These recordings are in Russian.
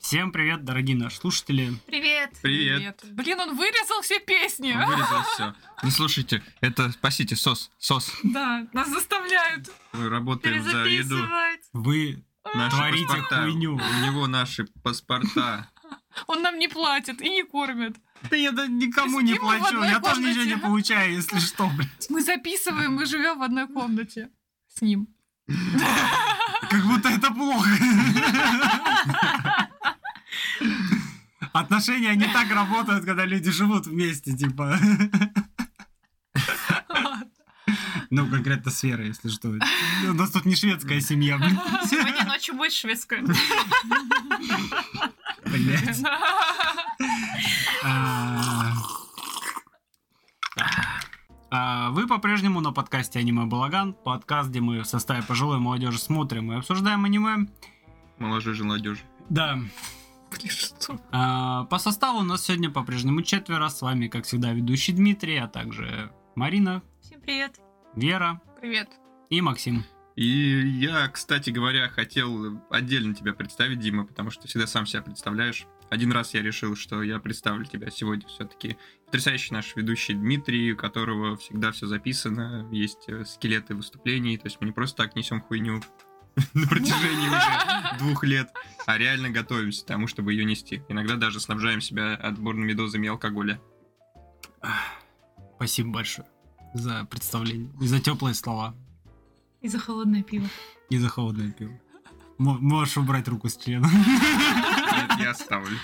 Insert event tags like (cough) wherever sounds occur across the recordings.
Всем привет, дорогие наши слушатели. Привет! Привет. Блин, он вырезал все песни. Он Вырезал все. Не слушайте, это спасите, сос, сос. Да, нас заставляют Мы работаем за еду. перезаписывать. Вы Наши Творите паспорта. хуйню. У него наши паспорта. Он нам не платит и не кормит. Да я да никому С не кем мы в плачу, одной я тоже комнате? ничего не получаю, если что, блин. Мы записываем, мы живем в одной комнате с ним. Как будто это плохо. Отношения, они так работают, когда люди живут вместе, типа. Ладно. Ну, конкретно сфера, если что. У нас тут не шведская семья, блин. Сегодня ночью будет шведская. Блядь. (laughs) А. А, Вы по-прежнему на подкасте Аниме Балаган, подкаст, где мы в составе пожилой молодежи смотрим и обсуждаем аниме. Молодежь и молодежь. Да, Блин, что? а, по составу у нас сегодня по-прежнему четверо, с вами, как всегда, ведущий Дмитрий, а также Марина, Всем привет. Вера Привет. и Максим. И я, кстати говоря, хотел отдельно тебя представить, Дима, потому что ты всегда сам себя представляешь. Один раз я решил, что я представлю тебя сегодня все-таки. Потрясающий наш ведущий Дмитрий, у которого всегда все записано, есть э, скелеты выступлений, то есть мы не просто так несем хуйню (laughs) на протяжении уже двух лет, а реально готовимся к тому, чтобы ее нести. Иногда даже снабжаем себя отборными дозами алкоголя. Спасибо большое за представление и за теплые слова, И за холодное пиво. и за холодное пиво. Мо- Можешь убрать руку с члена. Нет, я оставлю.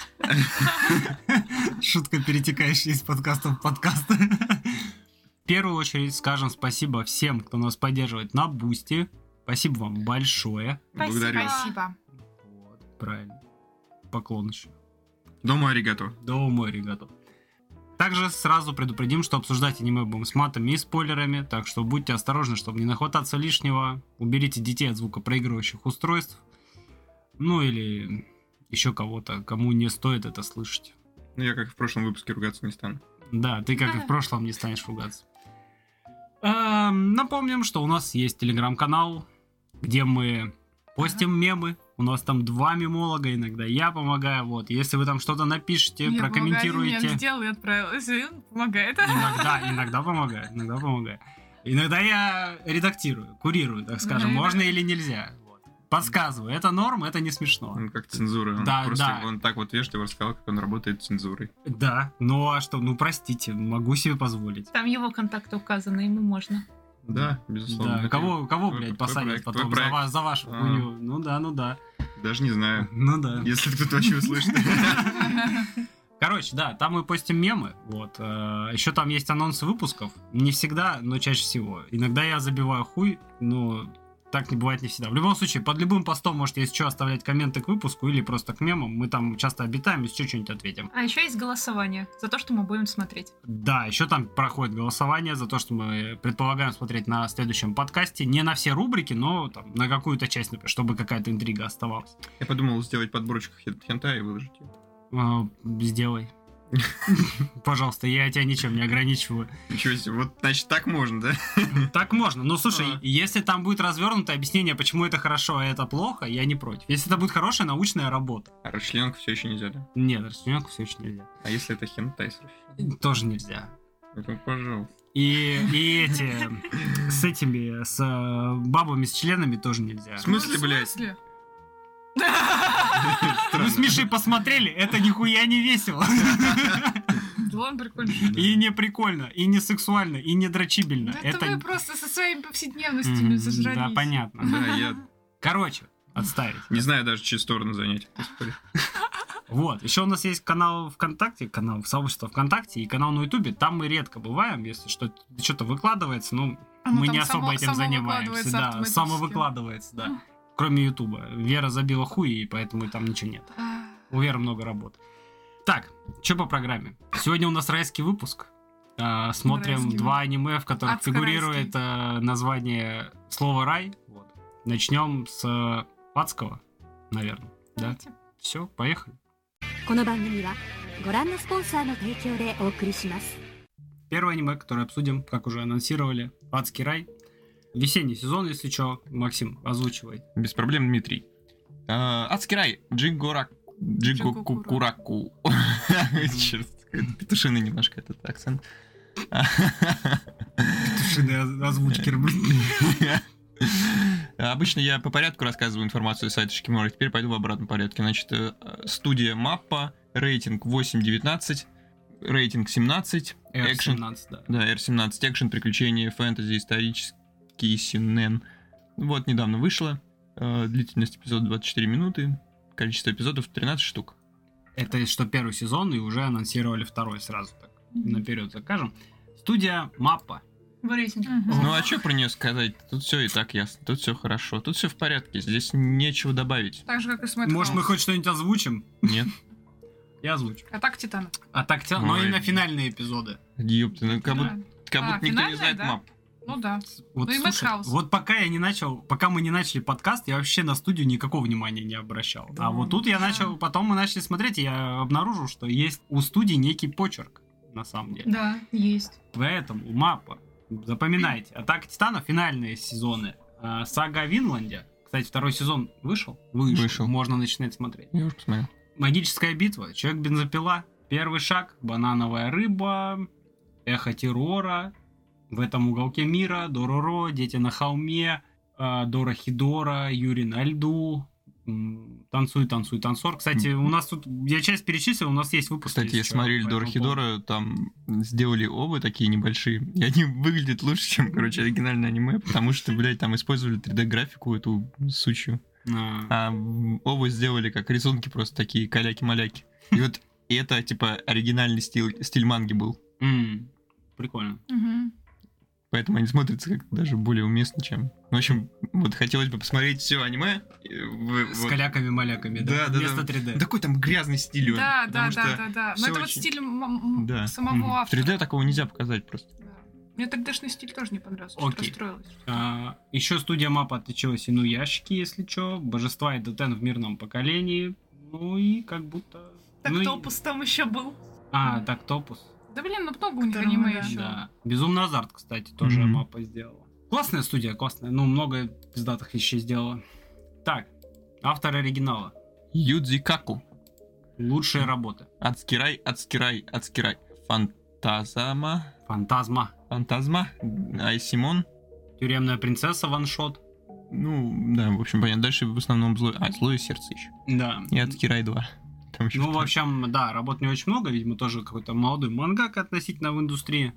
Шутка, перетекающая из подкаста в подкаст. В первую очередь скажем спасибо всем, кто нас поддерживает на Бусти. Спасибо вам большое. Благодарю. Спасибо. Спасибо. Вот, правильно. Поклон еще. Дома аригато. До мой ребята. Также сразу предупредим, что обсуждать аниме будем с матами и спойлерами, так что будьте осторожны, чтобы не нахвататься лишнего. Уберите детей от звука проигрывающих устройств. Ну или еще кого-то, кому не стоит это слышать. Ну, я как в прошлом выпуске ругаться не стану. Да, ты А. как и в прошлом не станешь ругаться. Эм, Напомним, что у нас есть телеграм-канал, где мы постим мемы. У нас там два мемолога, иногда я помогаю. Вот, если вы там что-то напишите, Я прокомментируете. помогаю, Я сделал и отправилась. и он помогает. Иногда, иногда помогает, иногда помогает. Иногда я редактирую, курирую, так скажем, Иногда. можно или нельзя. Вот. Подсказываю, это норм, это не смешно. Он как цензура. Он Да, просто да. он так вот вежливо рассказал, как он работает с цензурой. Да, ну а что, ну простите, могу себе позволить. Там его контакты указаны, ему (laughs) можно. Да, безусловно. Да, Это кого, кого, твой- блядь, твой посадят проект, твой потом за, проект. вас, за вашу А. Э. хуйню? Ну да, ну да, Даже не знаю. ну да. Если кто-то вообще (laughs) услышит. Короче, да, там мы постим мемы, вот. Еще там есть анонсы выпусков, не всегда, но чаще всего. Иногда я забиваю хуй, но так не бывает не всегда. В любом случае, под любым постом можете, если что, оставлять комменты к выпуску или просто к мемам. Мы там часто обитаем, если что, что-нибудь ответим. А еще есть голосование за то, что мы будем смотреть. Да, еще там проходит голосование за то, что мы предполагаем смотреть на следующем подкасте. Не на все рубрики, но там, на какую-то часть, например, чтобы какая-то интрига оставалась. Я подумал сделать подборочку хен- хентай и выложить. её. Э, Сделай. (laughs) Пожалуйста, я тебя ничем не ограничиваю. Ничего себе, вот значит так можно, да? Так можно. Но слушай, Ага. если там будет развернутое объяснение, почему это хорошо, а это плохо, я не против. Если это будет хорошая научная работа. А расчленку все еще нельзя, да? Нет, расчлененку все еще нельзя. А если это хентай с расчленкой? Тоже нельзя. Ну, пожалуйста. И, и эти с этими, с э, бабами, с членами тоже нельзя. В смысле, Ну, блядь? смысле? Ну, смеши посмотрели, это нихуя не весело. Да он прикольный. И не прикольно, и не сексуально, и не дрочибельно. Да Ну, это вы Это... просто со своими повседневностями М, зажрались. Да, понятно. Да, я Короче, отставить. не знаю даже, чью сторону занять. Господи. Вот, еще у нас есть канал ВКонтакте, канал сообщества ВКонтакте и канал на Ютубе. Там мы редко бываем, если что- что-то выкладывается, ну, Оно мы там не само- особо этим само занимаемся. выкладывается Да, автоматически. само выкладывается, да. Кроме Ютуба. Вера забила хуй, и поэтому там ничего нет. А, У Веры много работы. Так, что по программе? Сегодня у нас райский выпуск. А, смотрим Райский два аниме, в которых Адско-райский. фигурирует э, название слова «рай». Вот. Начнем с э, адского, наверное. Да? давайте. Все, поехали. この番組はご覧のスポンサーの提供でお送りします Первое аниме, которое обсудим, как уже анонсировали, «Адский рай». Весенний сезон, если что, Максим, (laughs) озвучивай. Без проблем, Дмитрий. А, Адский рай. Джигорак. Джигокукураку. (laughs) Черт, петушиный немножко этот акцент. Петушиные оз- озвучки, (laughs) блин. (laughs) Обычно я по порядку рассказываю информацию с сайта Шикимора, теперь пойду в обратном порядке. Значит, э, студия Маппа, рейтинг 8.19, рейтинг 17, экшен R17, да. Да, R17 экшен, приключения, фэнтези, исторический синен. Вот, недавно вышло. Э, Длительность эпизода 24 минуты. Количество эпизодов 13 штук. Это что первый сезон, и уже анонсировали второй сразу так. Наперед закажем. Студия Маппа. В рейтинге. Ну а что про нее сказать? Тут все и так ясно, тут все хорошо, тут все в порядке, здесь нечего добавить. Так же, как и с Мэтт Может, мы Холлс. хоть что-нибудь озвучим? Нет? Я озвучу. А так Титана. А так тя- но Ой. именно финальные эпизоды. Ёпта, ну как будто, Да. как А, будто никто не финальная, знает да? мап. Ну да. Вот, Ну и слушай, Madhouse. вот пока я не начал, пока мы не начали подкаст, я вообще на студию никакого внимания не обращал. Да. А вот тут я Да. начал, потом мы начали смотреть, и я обнаружил, что есть у студии некий почерк, на самом деле. Да, есть. Поэтому мапа. Запоминайте. Атака Титанов, финальные сезоны. А, сага о Винланде. Кстати, второй сезон вышел? Вышел. Можно начинать смотреть. Я уже посмотрел. Магическая битва. Человек-бензопила. Первый шаг. Банановая рыба. Эхо террора. В этом уголке мира. Дороро. Дети на холме. а, Дора Хидора. Юрий на льду. м, Танцуй, танцуй, танцор. Кстати, у нас тут... Я часть перечислил, у нас есть выпуск. Кстати, если если что, смотрели по Дора этому поводу. Хидора, там сделали оба такие небольшие, и они выглядят лучше, чем, короче, оригинальное аниме, потому что, блядь, там использовали 3D-графику эту сучью. А. А м, оба сделали как рисунки просто такие каляки-маляки. И вот и это типа оригинальный стиль, стиль манги был. М, Прикольно. Мгм. Поэтому они смотрятся как даже более уместно, чем... В общем, вот хотелось бы посмотреть все аниме. э, в- С вот. каляками-маляками, да? Да, да, Вместо 3D. Такой там грязный стиль. у него, Да, да, потому да, что- да, да. Но всё это вот очень- стиль м- м- Да. Мгм. самого В автора. 3D такого нельзя показать просто. Да. Мне 3D-шный стиль тоже не понравился. Что-то Окей. расстроилась. еще А, студия мапа отличилась ну ящики, если чё. Божества и Детен в мирном поколении. Ну и как будто... Так ну и- топус там еще был. А, так топус. Да блин, ну много у них Которого, аниме да. еще. (laughs) Да. Безумный азарт, кстати, тоже Мгм. мапа сделала. Классная студия, классная. Ну, много пиздатых вещей сделала. Так, автор оригинала. Юдзикаку. Лучшие работы. Адский рай, адский рай, адский рай. Фантазама. Фантазма. Фантазма. Айсимон. Тюремная принцесса ваншот. Ну, да, в общем, понятно. Дальше в основном злое... А, злое сердце еще. Да. И адский рай 2. Там еще Ну, в общем, да, работ не очень много, видимо, тоже какой-то молодой мангак относительно в индустрии.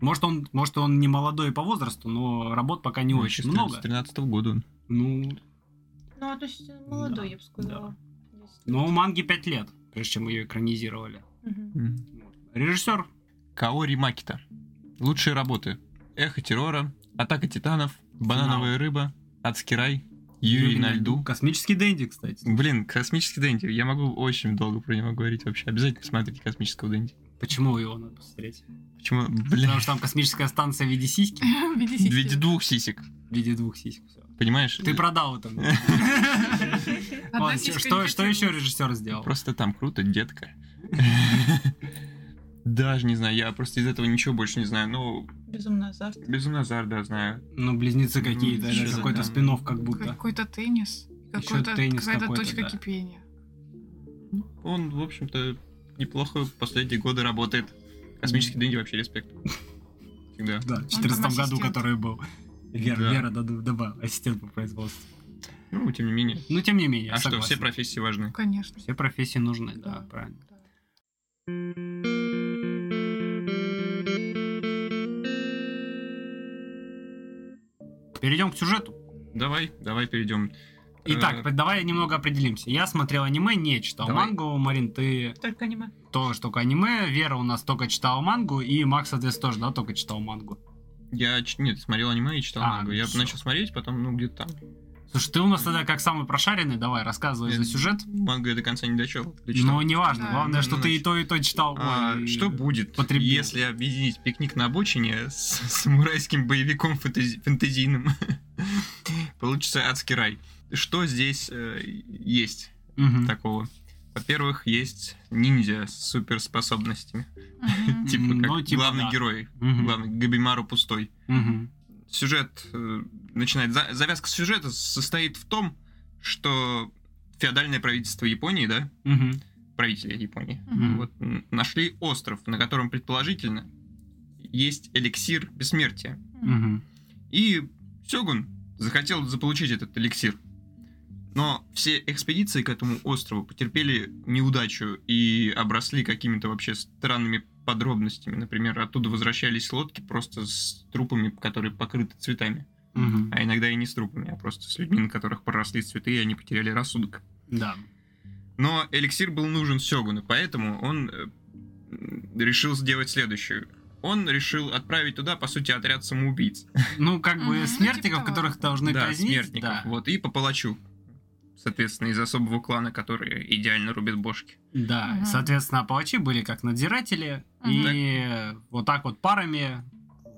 Может, он, может, он не молодой по возрасту, но работ пока Ну, не очень много. С 13 года он. Ну, Ну, относительно молодой, молодой, Да, я я бы бы сказала. сказала. но у манги 5 лет, прежде чем ее экранизировали. М. Вот. Режиссер Каори Макита. Лучшие работы. Эхо террора, Атака титанов, Банановая рыба, Адский рай, Юрий на льду. Космический Дэнди, кстати. Блин, космический Дэнди. Я могу очень долго про него говорить вообще. Обязательно посмотрите космического Дэнди. Почему его надо посмотреть? Почему? Блин. Потому что там космическая станция в виде сиськи, В виде В сиськи. виде двух сисек. в виде двух сиськ. всё. Понимаешь? Ты продал это. мне. Одна Ладно, сиська Что не что хотела. еще режиссер сделал? Просто там (laughs) круто, детка. Даже не знаю, я просто из этого ничего больше не знаю. Ну, Безумно азарт. Безумный азарт, да, знаю. Ну, близнецы какие-то, чё или за какой-то там? спинов как будто. Какой-то теннис. Какой-то, теннис какая-то какой-то, точка да. кипения. Он, в общем-то, неплохо последние годы работает. Космический Дэнди вообще респект. Всегда. Да, в 14 там году, ассистент. который был. Вера, Да. Вера Даду- Даба, ассистент по производству. Ну, тем не менее. Ну, тем не менее, а что, согласен. все профессии важны. Конечно. Все профессии нужны, да, Да. правильно. Да. Перейдем к сюжету. Давай, давай перейдем. Итак, давай немного определимся. Я смотрел аниме, не читал Э. Давай. мангу. Марин, ты Только аниме. тоже только аниме. Вера у нас только читала мангу. И Макс, соответственно, тоже, да, только читал мангу. я ч- нет, смотрел аниме и читал А, мангу. Я всё. начал смотреть, потом, ну, где-то там. Слушай, ты у нас тогда как самый прошаренный. Давай, рассказывай Я за сюжет. Манго я до конца не дочел. Ты читал? Ну, неважно. Да. Главное, что Ну, ты и значит. то, и то читал. А, Ой, что и- будет, потребил. если объединить пикник на обочине с самурайским боевиком фэнтези- фэнтезийным? (laughs) Получится адский рай. Что здесь э, есть? Мгм. такого. Во-первых, есть ниндзя с суперспособностями. Мгм. Типа, как Ну, типа, главный да. герой. Мгм. Главный Габимару пустой. Мгм. сюжет э, начинает... за- Завязка сюжета состоит в том, что феодальное правительство Японии, да, Мгм. правители Японии, Мгм. вот, м, нашли остров, на котором, предположительно, есть эликсир бессмертия. Мгм. И Сёгун захотел заполучить этот эликсир. Но все экспедиции к этому острову потерпели неудачу и обросли какими-то вообще странными подробностями. Например, оттуда возвращались лодки просто с трупами, которые покрыты цветами. Мгм. А иногда и не с трупами, а просто с людьми, на которых проросли цветы, и они потеряли рассудок. Да. Но эликсир был нужен Сёгуну, поэтому он э, м, решил сделать следующее. Он решил отправить туда, по сути, отряд самоубийц. Ну, как бы Мгм. смертников, Типа того. которых должны да, казнить. смертников. Да. Вот, и по палачу. Соответственно, из особого клана, который идеально рубит бошки. Да, и, Мгм. соответственно, палачи были как надзиратели, Мгм. и вот так вот парами,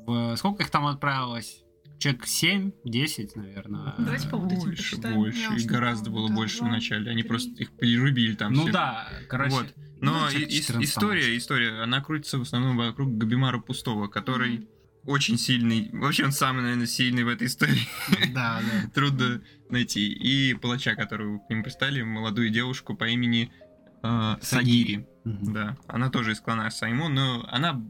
в- сколько их там отправилось? Человек 7, 10, наверное. Ну, Давайте по- Вот эти больше, почитаем. больше. Я Их уже гораздо помню. было Да, больше два, в начале. Они три. просто их перерубили там Ну всех. да, короче. Вот. Но Ну, человек и- и- 14 там история, история, она крутится в основном вокруг Габимара Пустого, который Мгм. очень сильный, вообще он самый, наверное, сильный в этой истории, (laughs) Да, да. трудно найти. И палача, которого к ним пристали, молодую девушку по имени э, Сагири. Мгм. Да, она тоже из клана Саймон, но она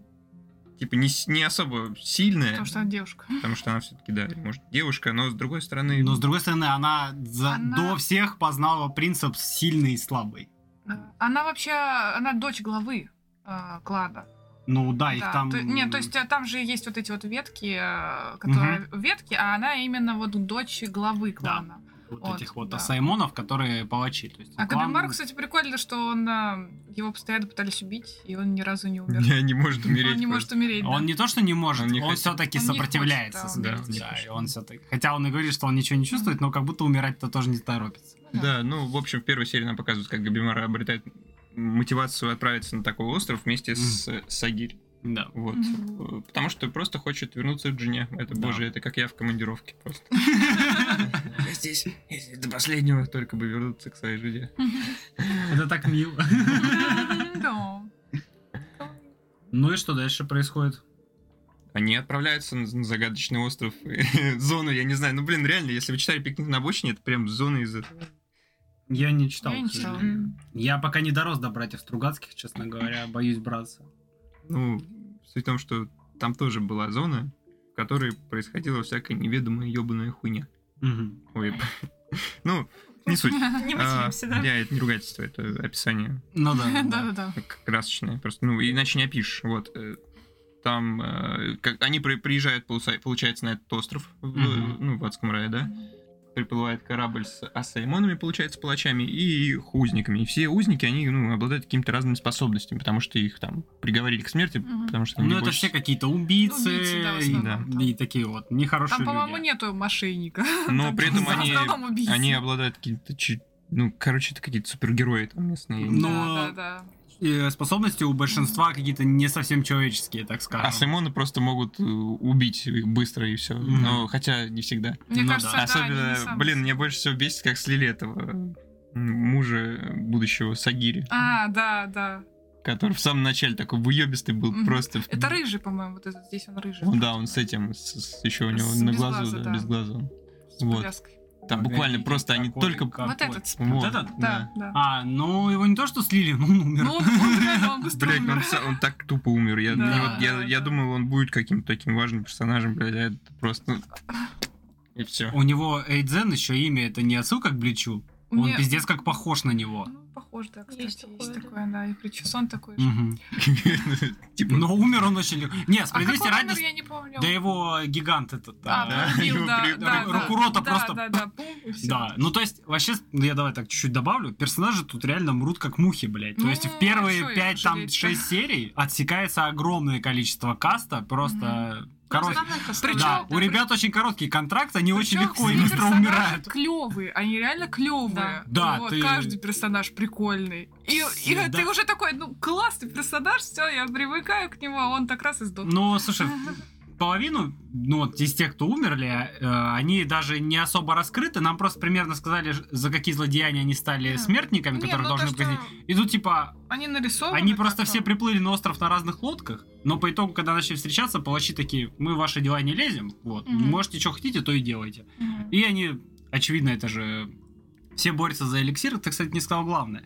типа не, с- не особо сильная, Потому что она девушка. потому что она все-таки, да, может, девушка, но Ну, с другой стороны... Но с другой стороны, она, за- Она- до всех познала принцип сильный и слабый. Да. Она вообще, она дочь главы э, клада. Ну да, их там... нет, то есть э, там же есть вот эти вот ветки, э, которые ветки, а она именно вот дочь главы клана. Вот, вот, этих вот да. асаймонов, которые палачи. То есть, А клан- Кабимар, кстати, прикольно, что он э, его постоянно пытались убить, и он ни разу не умер. (laughs) Ну, Не, не может умереть. он не может умереть. да. Он не то, что не может, Он он, не хочет. все-таки Он не сопротивляется. хочет, да, он смерти. не Да, хочет. и он все-таки. Хотя он и говорит, что он ничего не чувствует, но как будто умирать-то тоже не торопится. Ну Да, ну, в общем, в первой серии нам показывают, как Габимара обретает мотивацию отправиться на такой остров вместе с э, Сагири. Да. Вот. Мгм. Э, Потому что просто хочет вернуться к жене. Это, Да. боже, это как я в командировке просто. (laughs) Я здесь я до последнего только бы вернуться к своей жене. (laughs) Это так мило. (laughs) Да. (laughs) Ну и что дальше происходит? Они отправляются на на загадочный остров, (laughs) э, зону, я не знаю. Ну, блин, реально, если вы читали «Пикник на обочине», это прям зона из этого. Я не читал. Я не к сожалению. читала. М. Я пока не дорос до братьев Стругацких, честно говоря, боюсь браться. Ну, суть в том, что там тоже была зона, в которой происходила всякая неведомая ебаная хуйня. Мгм. Ой, (laughs) ну, не (laughs) суть. Не А, материмся, да? Я это не ругательство, это описание Ну (laughs) да. да. Да-да-да. красочное. Просто, ну, иначе не опишешь. Вот. э, Там э, как, они при- приезжают, полуса- получается, на этот остров, в, Мгм. ну, в адском рае, да? Приплывает корабль с асаймонами, получается, палачами и хузниками. И все узники, они, ну, обладают какими-то разными способностями, потому что их там приговорили к смерти, Мгм. потому что они Ну это больше- все какие-то убийцы, Убийцы, да, в и, основном, да. и такие вот нехорошие Там, по-моему, люди. нету мошенника. Но Там при этом в они- основном убийцы. Они обладают какими-то... чи- Ну, короче, это какие-то супергерои там местные. я не Ну, Да, да, да. И способности у большинства какие-то не совсем человеческие, так А скажем. Саймона просто могут э, убить их быстро и все. Мгм. Но хотя не всегда. Мне ну кажется, да. да, они не Особенно, самые- блин, мне больше всего бесит, как слили этого м, мужа будущего Сагири, А, да, да. который в самом начале такой выебистый был Мгм. просто. в- Это рыжий, по-моему, вот этот здесь он рыжий. Ну да, он с этим, еще у него С- на без глазу, глаза, да, да. без глаза. он. С вот. повязкой. Там буквально просто они Какой- только... какой? Вот этот. Вот этот? Да, да. А, ну его не то, что слили, но он умер. Ну, он, (laughs) он реально, он быстро Блять, он, умер. са- он так тупо умер. Я, Да, мне вот- я, да, я да. думал, он будет каким-то таким важным персонажем, блядь, а это просто... И все. У него Эйдзен еще имя, это не отсылка к Бличу. Он Мне- пиздец как похож на него. Ну, похож, да, кстати. Есть Есть такое, такое, да. да. И причесон такой же. Мгм. Типа, Но умер он очень... лег- Не, А как справедливости он ради... умер, я не помню. Да его гигант этот... А, а, да. пробил, его да, при- да, ру- да. Рукурото Да, просто- Да, да, бум, и всё. Да, ну то есть, вообще, ну, я давай так чуть-чуть добавлю, персонажи тут реально мрут как мухи, блядь. То Ну, есть в что первые их 5, там, жалеть-то? 6 серий отсекается огромное количество каста, просто... Короче, Ну, Причём- да, да, у при- ребят очень короткий контракт, они очень Причём легко и все быстро персонажи умирают. клевые, они реально клевые. Да. Да, вот, ты- каждый персонаж прикольный. И, и Да. ты уже такой, ну, классный персонаж, все, я привыкаю к нему, а он так раз и сдох. Ну, слушай, половину, ну вот из тех, кто умерли, э, они даже не особо раскрыты. Нам просто примерно сказали, ж- за какие злодеяния они стали Мгм. смертниками, Не, которых ну то, должны что казнить. И тут типа Они нарисованы. они просто как-то. все приплыли на остров на разных лодках, но по итогу, когда начали встречаться, палачи такие, мы в ваши дела не лезем, вот, Мгм. можете что хотите, то и делайте. Мгм. И они, очевидно, это же все борются за эликсир. Ты, кстати, не сказал главное.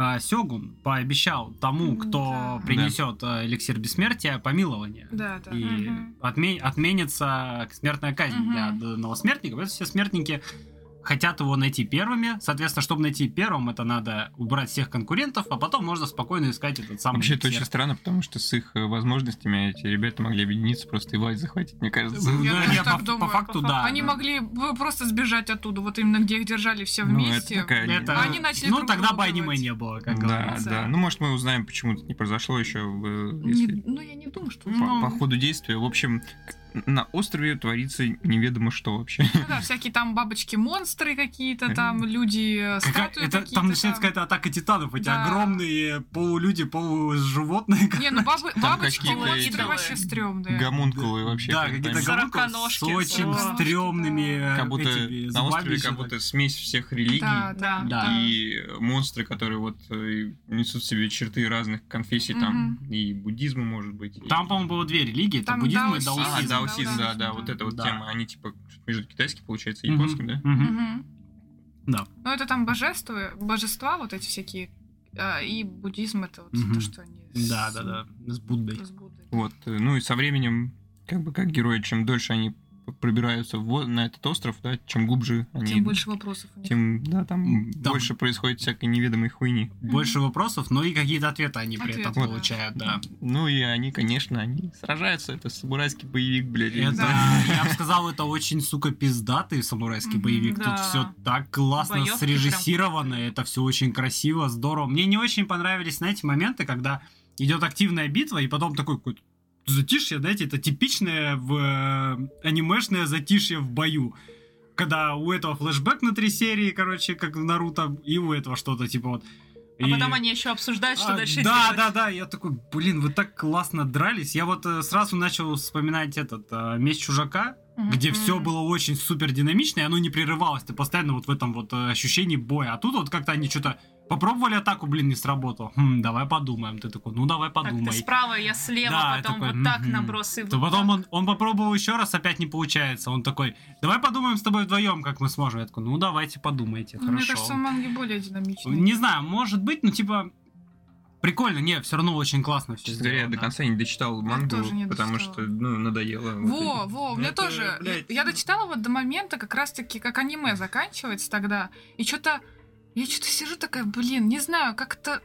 А, Сёгун пообещал тому, М, кто да. принесет а, эликсир бессмертия, помилование. Да, да. И Мгм. отме- отменится смертная казнь Мгм. для д- новосмертников. Это все смертники хотят его найти первыми. Соответственно, чтобы найти первым, это надо убрать всех конкурентов, а потом можно спокойно искать этот самый (laughs) Вообще, это эликсир. очень странно, потому что с их э, возможностями эти ребята могли объединиться, просто и власть захватить, мне кажется. Ну, Я да, тоже я так по- думаю. по факту, да. Они могли бы просто сбежать оттуда, вот именно где их держали все Ну, вместе. это такая- Это- А они начали Ну, друг тогда бы друга аниме убивать. не было, как Да, говорится. да. Ну, может, мы узнаем, почему это не произошло еще, в, э, Не- если ну, я не думаю, что... Ну, по, по ходу действия. В общем, на острове творится неведомо что вообще. Ну да, всякие там бабочки-монстры какие-то, там люди, э, Какая- статуи это, какие-то. там начинается там. какая-то атака титанов, эти Да. огромные полулюди, полуживотные. Не, ну (laughs) бабы, бабочки, какие-то монстры идолы. вообще (laughs) стрёмные. Гомункулы вообще. Да, прям какие-то там. гомункулы с Сороконожки, очень сороконожки, стрёмными э, Как будто этими на зубами острове ещё как так. будто смесь всех религий. Да, да, Да. И монстры, которые вот э, несут в себе черты разных конфессий, там и буддизма, может быть. и- Там, по-моему, было две религии, это Там буддизм и даосизм. А, даосизм. даосизм, да, да, даосизм, вот да. это вот Да. тема. Они типа что-то между китайским, получается, и Мгм, японским, да? мгм. Мгм. Да. Ну, это там божество, божества вот эти всякие, а, и буддизм это вот Мгм. то, что они... с- Да, да, да, с Буддой. с Буддой. Вот, э, ну и со временем, как бы как герои, чем дольше они п- пробираются во- на этот остров, да, чем глубже они, Тем больше вопросов у них. тем, да, там Там. больше происходит всякой неведомой хуйни. Больше вопросов, но и какие-то ответы они при этом Ответы, да. получают, да. Ну и они, конечно, они сражаются, это самурайский боевик, блядь. я не Это, знаю. (laughs) я бы сказал, это очень, сука, пиздатый самурайский Мгм, боевик. да. Тут все так классно Боёвки прям срежиссировано, крутые. это все очень красиво, здорово. Мне не очень понравились, знаете, моменты, когда идет активная битва, и потом такой какой-то затишье, знаете, это типичное в э, анимешное затишье в бою. Когда у этого флешбэк на три серии, короче, как в Наруто, и у этого что-то типа вот. А И- потом они еще обсуждают, что а, дальше да, делать. да, да, я такой, блин, вы так классно дрались. Я вот э, сразу начал вспоминать этот э, «Месть чужака», Мгм. где все Мгм. было очень супер динамично, и оно не прерывалось. Ты постоянно вот в этом вот э, ощущении боя. А тут вот как-то они что-то попробовали атаку, блин, не сработало. Хм, давай подумаем. Ты такой, ну давай Так, ты подумай. справа, я слева, Да, я потом такой, вот так мгм. набросы. То потом он, он попробовал еще раз, опять не получается. Он такой, давай подумаем с тобой вдвоем, как мы сможем. Я такой, ну давайте подумайте, Ну, хорошо. Мне кажется, у манги более динамичные. Не знаю, может быть, ну типа прикольно, не, все равно очень классно все (laughs) Честно говоря, я до конца не дочитал мангу, тоже не потому дочитала. что, ну, надоело. Во, Вот. во, мне Это, тоже. блядь, ну. Я дочитала вот до момента, как раз-таки, как аниме заканчивается тогда, и что-то... Я что-то сижу такая, блин, не знаю, как-то...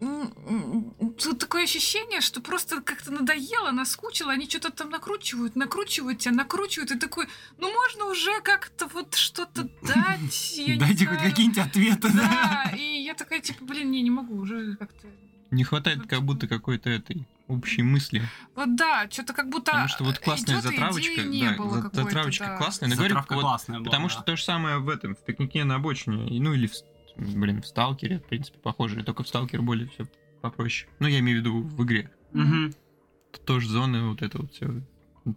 м, м, Тут такое ощущение, что просто как-то надоело, наскучило, они что-то там накручивают, накручивают тебя, накручивают, и такой, ну можно уже как-то вот (laughs) что-то дать, я не Дайте хоть знаю». какие-нибудь ответы, да. Да, и я такая, типа, блин, не, не могу уже как-то... Не хватает как будто какой-то этой общей мысли. Вот да, что-то как будто... Потому что вот классная идёт, и идеи затравочка, не да, было за- какой-то, затравочка да. классная, но говорю, Затравка вот классная была, Потому да. что то же самое в этом, в пикнике на обочине, и- ну или в, с- блин, в Сталкере, в принципе, похоже, только в Сталкере более все попроще. Ну, я имею в виду в игре. Мгм. Т- Тоже зоны, вот это вот все.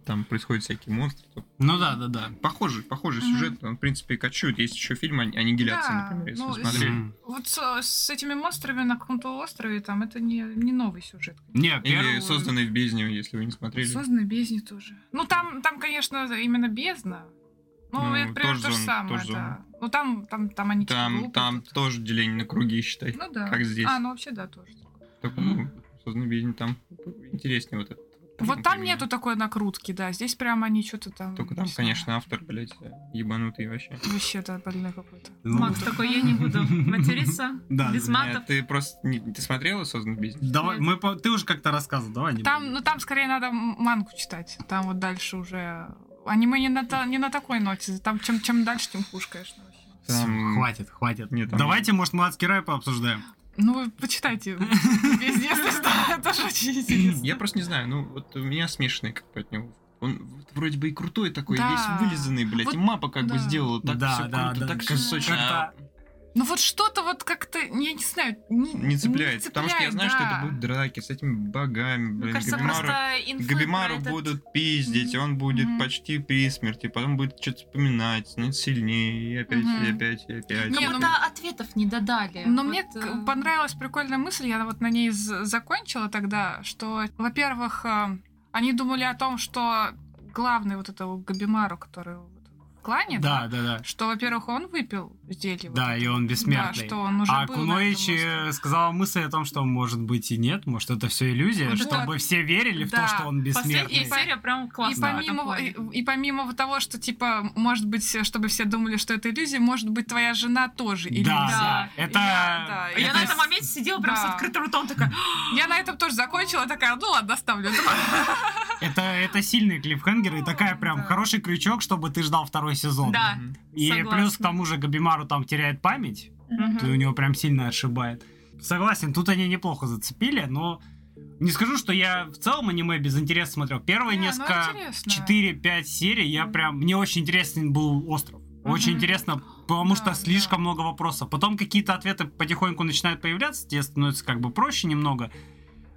Там происходят всякие монстры. Ну да, да, да. Похожий, похожий Мгм. сюжет, он, в принципе, кочует. Есть еще фильм «Ани- «Аннигиляция», Да, например, если ну, вы смотрели. Мгм. Вот с, с этими монстрами на каком-то острове, там, это не, не новый сюжет. Не, Или первый- «Созданный в бездне», если вы не смотрели. Созданная бездне тоже. Ну, там, там, конечно, именно бездна. Ну, Ну, это тоже примерно то же зона, самое, тоже да. Ну, там, там, там они типа Там, глупые там тут. тоже деление на круги, считай. Ну, да. как здесь. А, ну, вообще, да, тоже. Только, ну, «Созданный в бездне» там интереснее вот это. Вот там Например. нету такой накрутки, да. Здесь прямо они что-то там... Только не там, знаю. конечно, автор, блядь, ебанутый вообще. Вообще, да, больной какой-то. Ну, Макс да. такой, я не буду материться, Да, без да, Нет, матов. ты просто не, ты смотрела созданный бизнес? Давай, мы, по- ты уже как-то рассказывал, давай не Там, будем. ну, там скорее надо м- мангу читать. Там вот дальше уже... Аниме не на, та- не на такой ноте. Там чем, чем дальше, тем хуже, конечно, вообще. Всё, там- Хватит, хватит. Нет, там- Давайте, может, мы адский рай пообсуждаем. Ну, вы почитайте. Пиздец, да, тоже очень интересно. Я просто не знаю, ну вот у меня смешанный как бы от него. Он вот вроде бы и крутой такой, Да. весь вылизанный, блядь, Вот, и мапа как бы да. сделала так Да, все да, круто, да. так все сочно. а Ну вот что-то вот как-то, я не знаю, не, Не цепляет. Потому что я цепляет, знаю, что это да. будут драки с этими богами, Мне блин, кажется, Габимару. просто инфы про Габимару этот- будут пиздить, он будет Мгм. почти при смерти, потом будет что-то вспоминать, становится сильнее, и опять, и Мгм. опять, и опять. Как Не, будто ну- ответов не додали. Но Вот, мне э, к- понравилась прикольная мысль, я вот на ней з- закончила тогда, что, во-первых, э, они думали о том, что главный вот этого Габимару, который вот в клане, Да, да, да. что, во-первых, он выпил зелье. вот Да, это. и он Да, бессмертный. что он уже а был на Кунович этом э, острове. сказала мысль о том, что может быть и нет, может это все иллюзия, Вот. чтобы все верили в Да. то, что он бессмертный. Последняя серия прям И классная. в этом помимо, плане. и, и помимо вот того, что, типа, может быть, чтобы все думали, что это иллюзия, может быть, твоя жена тоже Да, иллюзия. да. И Это- я- да, А А Я это- на этом моменте сидела прям с Да. открытым ртом такая. я на этом тоже закончила, такая, ну ладно, оставлю. Это, это сильный клиффхенгер и такая прям Да. хороший крючок, чтобы ты ждал второй сезон. Да, Мгм. и согласна. плюс к тому же Габимару там теряет память, и у Мгм. него прям сильно отшибает. Согласен, тут они неплохо зацепили, но не скажу, что я в целом аниме без интереса смотрел. Первые Не, ну, несколько интересно. 4-5 серий я прям... Мне очень интересен был остров. Мгм. Очень интересно, потому Да, что да. слишком много вопросов. Потом какие-то ответы потихоньку начинают появляться, тебе становится как бы проще немного.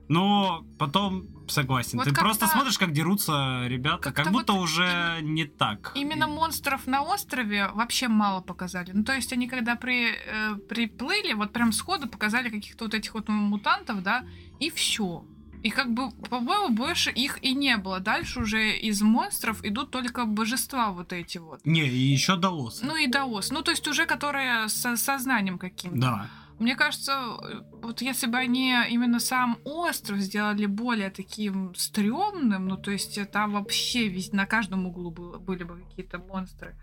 Но потом согласен. Вот Ты как-то- просто смотришь, как дерутся ребята, как как-то будто вот уже не так. Именно монстров на острове вообще мало показали. Ну, то есть они когда при, э, приплыли, вот прям сходу показали каких-то вот этих вот мутантов, да, и все. И как бы, по-моему, больше их и не было. Дальше уже из монстров идут только божества вот эти вот. Не, и еще Далос. Ну и даос. Ну, то есть уже которые со сознанием каким-то. Да. Мне кажется, э, вот если бы они именно сам остров сделали более таким стрёмным, ну то есть э, там вообще весь, на каждом углу было, были бы какие-то монстры,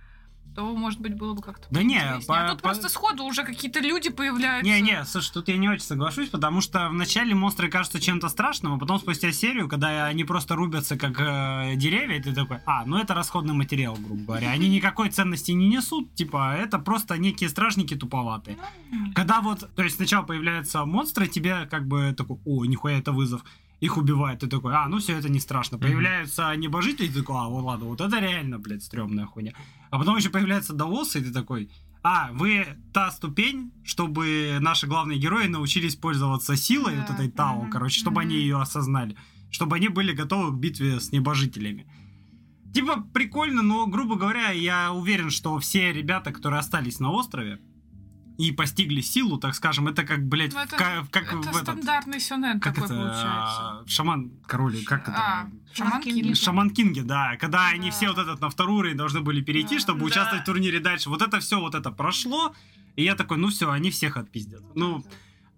то, может быть, было бы как-то Да не, поинтереснее. по- а тут по- просто сходу уже какие-то люди появляются. Не-не, слушай, тут я не очень соглашусь, потому что вначале монстры кажутся чем-то страшным, а потом спустя серию, когда они просто рубятся как э, деревья, и ты такой, а, ну это расходный материал, грубо говоря. Они никакой ценности не несут, типа, это просто некие стражники туповатые. Ну, Когда вот, то есть сначала появляются монстры, тебе как бы такой, о, нихуя это вызов. Их убивают, ты такой, а, ну все это не страшно. Мгм. Появляются небожители, ты такой, а, ну ладно, вот это реально, блядь, стрёмная хуйня. А потом еще появляются даосы, и ты такой, а, вы та ступень, чтобы наши главные герои научились пользоваться силой, вот Да, этой Тао, мгм, короче, чтобы мгм. они ее осознали, чтобы они были готовы к битве с небожителями. Типа прикольно, но, грубо говоря, я уверен, что все ребята, которые остались на острове и постигли силу, так скажем, это как, блядь, Ну, в это- ка- в- как это в этот... стандартный сюнет Как такой это? получается. а, Шаман, король, как А, это? Шаман Кинг. Шаман Кинге, да, когда они Да. все вот этот на второй уровень должны были перейти, Да. чтобы Да. участвовать в турнире дальше. Вот это все вот это прошло, и я такой, ну все, они всех отпиздят. Ну,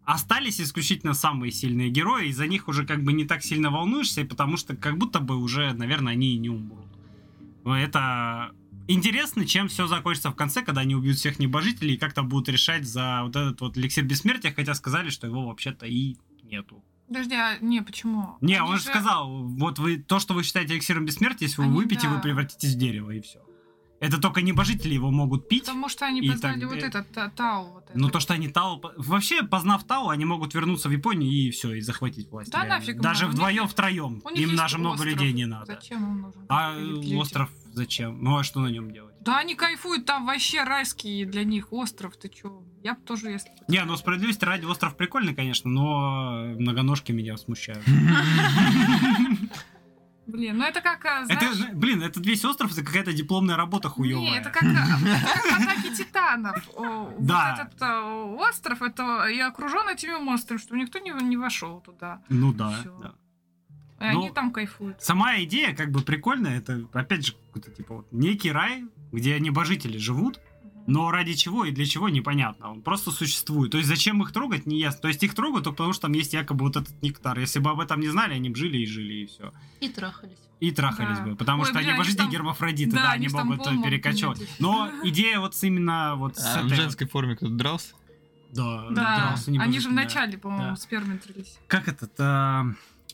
остались исключительно самые сильные герои, и за них уже как бы не так сильно волнуешься, и потому что как будто бы уже, наверное, они и не умрут. Но Это интересно, чем все закончится в конце, когда они убьют всех небожителей и как-то будут решать за вот этот вот эликсир бессмертия, хотя сказали, что его вообще-то и нету. Подожди, а не, почему? Не, Они он же сказал, вот вы то, что вы считаете эликсиром бессмертия, если вы Они, выпьете, да. вы превратитесь в дерево, и все. Это только небожители его могут пить. Потому что они и познали так вот далее. Ну, этот та- Тау. Вот Но этот. то, что они Тау... по- Вообще, познав Тау, они могут вернуться в Японию и все, и захватить власть. Да реально. нафиг им Даже надо. У них вдвоем, есть- вдвоем. у них Им есть даже много остров. людей не надо. Зачем он нужен? А Для остров зачем? Ну а что на нем делать? Да они кайфуют, там вообще райский для них остров, ты чё? Я бы тоже, если... бы- Не, ну справедливости ради остров прикольный, конечно, но многоножки меня смущают. Блин, ну это как, а, Это, знаешь... же, блин, этот весь остров это какая-то дипломная работа хуевая. Не, это как а, (laughs) как атаки титанов. (laughs) О, вот Да. этот а, остров, это и окружен этими монстрами, чтобы никто не, не вошел туда. Ну да, Всё. да. И Ну, они там кайфуют. Сама идея как бы прикольная, это опять же какой-то типа вот некий рай, где небожители живут, но ради чего и для чего непонятно. Он просто существует. То есть зачем их трогать, не ясно. То есть их трогают только потому, что там есть якобы вот этот нектар. Если бы об этом не знали, они бы жили и жили, и все. И трахались. И трахались Да. бы, потому Ой, что блин, они ж небожители там- гермафродиты, да, Да, они они ж там могут э, пол могут перекачивать. менять. Но идея вот с именно вот с А в этой женской форме кто-то дрался? вот- Да, Да, дрался они же небожитель, да. вначале, Да. по-моему, спермы дрались. Как этот... а,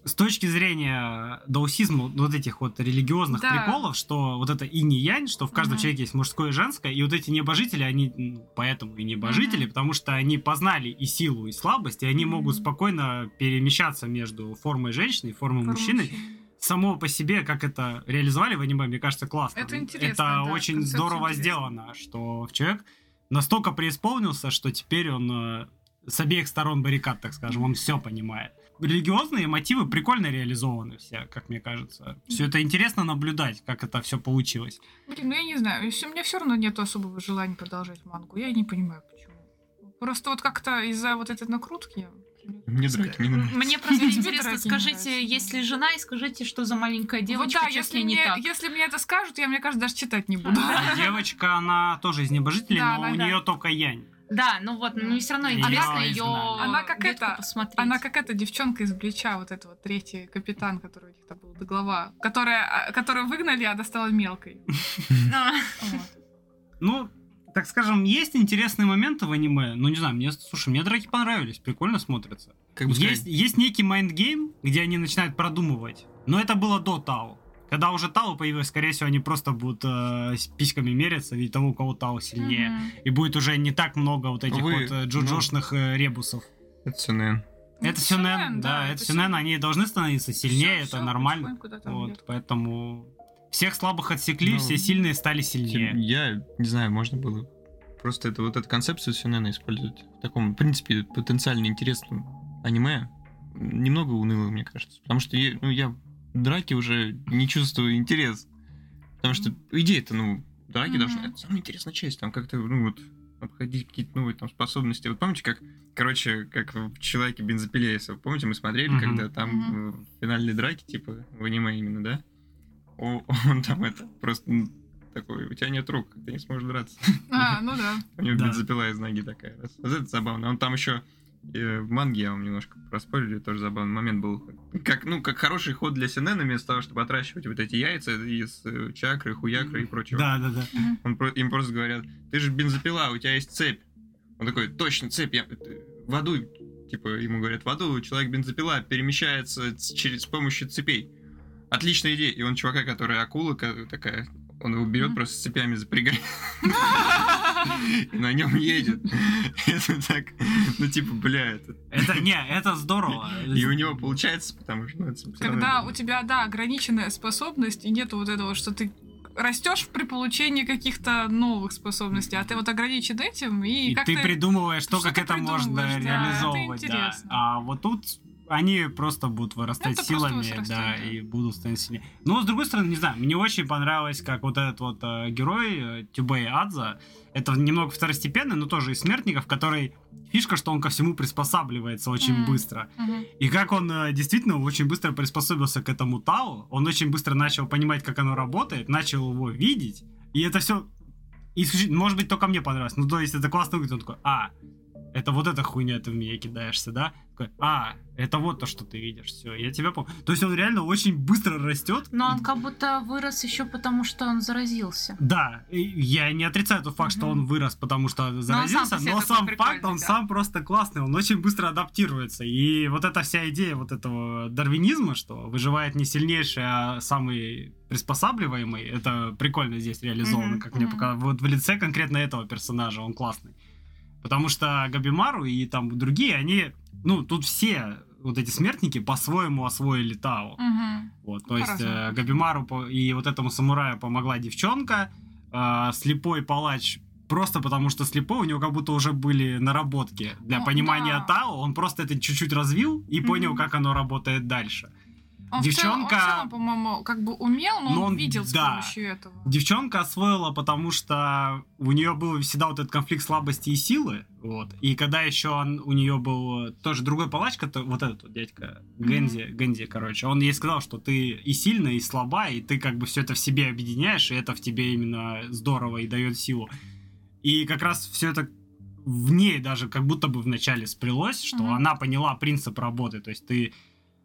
С точки зрения даусизма, вот этих вот религиозных Да. приколов, что вот это инь и янь, что в каждом Мгм. человеке есть мужское и женское, и вот эти небожители, они ну, поэтому и небожители, Мгм. потому что они познали и силу, и слабость, и они Мгм. могут спокойно перемещаться между формой женщины и формой мужчины. Само по себе, как это реализовали в аниме, мне кажется, классно. Это интересно, Это да, очень концепция здорово интересная. сделано, что в человек настолько преисполнился, что теперь он э, с обеих сторон баррикад, так скажем, он все понимает. Религиозные мотивы прикольно реализованы все, как мне кажется. Все это интересно наблюдать, как это все получилось. (laughs) Блин, ну я не знаю, если у меня все равно нет особого желания продолжать мангу. Я не понимаю, почему. Просто вот как-то из-за вот этой накрутки. Мне драки не нравятся. Мне просто Мне интересно, драки не скажите, нравятся. если жена, и скажите, что за маленькая девочка, вот да, чё с если ней мне, не так. если мне это скажут, я, мне кажется, даже читать не буду. А Девочка, она тоже из небожителей, Да, но да, у да. нее только янь. Да, ну вот, ну все равно Её интересно изгнали. ее Она как это, посмотреть. (laughs) Она как эта девчонка из Блича, вот эта вот третий капитан, который у них там был, глава, которая, а, которую выгнали, а достала мелкой. (laughs) А, Вот. Ну, так скажем, есть интересные моменты в аниме. Ну, не знаю, мне, слушай, мне драки понравились, прикольно смотрятся. Как бы Есть, есть некий майндгейм, где они начинают продумывать. Но это было до Тау. Когда уже Тау появилось, скорее всего, они просто будут э, с письками мериться, ведь того, у кого Тау сильнее. мгм. И будет уже не так много вот этих Вы- ну. вот э, джоджошных э, ребусов. Это CNN. Ну, Это Сюнен, да, это Сюнен, они должны становиться сильнее, это нормально. Вот, поэтому всех слабых отсекли, Ну, все сильные стали сильнее. Я не знаю, можно было просто это вот эту концепцию CNN использовать в таком, в принципе, потенциально интересном аниме. Немного уныло, мне кажется. Потому что я, ну, я в драке уже не чувствую интерес. Потому что идея-то, ну, драки Мгм. должны... Это самая интересная часть. Там как-то, ну, вот, обходить какие-то новые там способности. Вот помните, как, короче, как в «Человеке бензопиле», если вы помните, мы смотрели, Мгм. когда там э, в финальной драке, типа, в аниме именно, да? О- (laughs) он там это, просто ну, такой, у тебя нет рук, ты не сможешь драться. (laughs) А, ну да. У него Да. бензопила из ноги такая. раз. Вот это забавно. Он там еще э, в манге я вам немножко проспорили, тоже забавный момент был. Как, ну, как хороший ход для Синена, вместо того, чтобы отращивать вот эти яйца из э, чакры, хуякры и прочего. Да, да, да. Мгм. Он, про- им просто говорят, ты же бензопила, у тебя есть цепь. Он такой, точно, цепь, я... э, в аду, типа, ему говорят, в аду человек-бензопила перемещается ц- через с помощью цепей. Отличная идея. И он чувака, который акула ка- такая, он его берет Мгм. просто с цепями (laughs) запрягает. И на нем едет. Это так, ну типа, бля, это... Это, не, это здорово. И у него получается, потому что... ну, это всё равно- Когда у тебя, да, ограниченная способность, и нету вот этого, что ты растешь при получении каких-то новых способностей, а ты вот ограничен этим, и, И как ты придумываешь то, что как ты это можно придумываешь, да, это реализовывать, да. интересно. А вот тут они просто будут вырастать Это просто силами, возрастет, да, да. и будут становиться сильнее. Но, с другой стороны, не знаю, мне очень понравилось, как вот этот вот э, герой э, Тюбей Адза, это немного второстепенный, но тоже из смертников, который фишка, что он ко всему приспосабливается очень Мгм. быстро. Мгм. И как он э, действительно очень быстро приспособился к этому Тау, он очень быстро начал понимать, как оно работает, начал его видеть, и это все, может быть, только мне понравилось, ну то есть это классно выглядит, он такой, а, это вот эта хуйня, ты в меня кидаешься, да? Такой, а, это вот то, что ты видишь, все, я тебя помню. То есть он реально очень быстро растет. Но он как будто вырос еще потому, что он заразился. Да, и я не отрицаю тот факт, что Мгм. он вырос, потому что сам по заразился, себе но такой сам прикольный, факт, он да. сам просто классный, он очень быстро адаптируется. И вот эта вся идея вот этого дарвинизма, что выживает не сильнейший, а самый приспосабливаемый, это прикольно здесь реализовано, Мгм, как мне мгм. показалось. Вот в лице конкретно этого персонажа он классный. Потому что Габимару и там другие, они, ну, тут все вот эти смертники по-своему освоили Тао. Мгм. Вот, то есть По-разному. э, Габимару по- и вот этому самураю помогла девчонка, а, слепой палач просто потому что слепой, у него как будто уже были наработки для О, понимания Ну, да. Тао, он просто это чуть-чуть развил и Мгм. понял, как оно работает дальше. Он в целом- он в Девчонка- целом, по-моему, как бы умел, но, Но он он- видел с да. помощью этого. Девчонка освоила, потому что у нее был всегда вот этот конфликт слабости и силы, вот. И когда еще он- у нее был э, тоже другой палач, который, вот этот вот дядька Гензи, Гензи, короче, он ей сказал, что ты и сильная, и слабая, и ты как бы все это в себе объединяешь, и это в тебе именно здорово и дает силу. И как раз все это в ней даже как будто бы вначале сплелось, что Мгм. она поняла принцип работы. То есть ты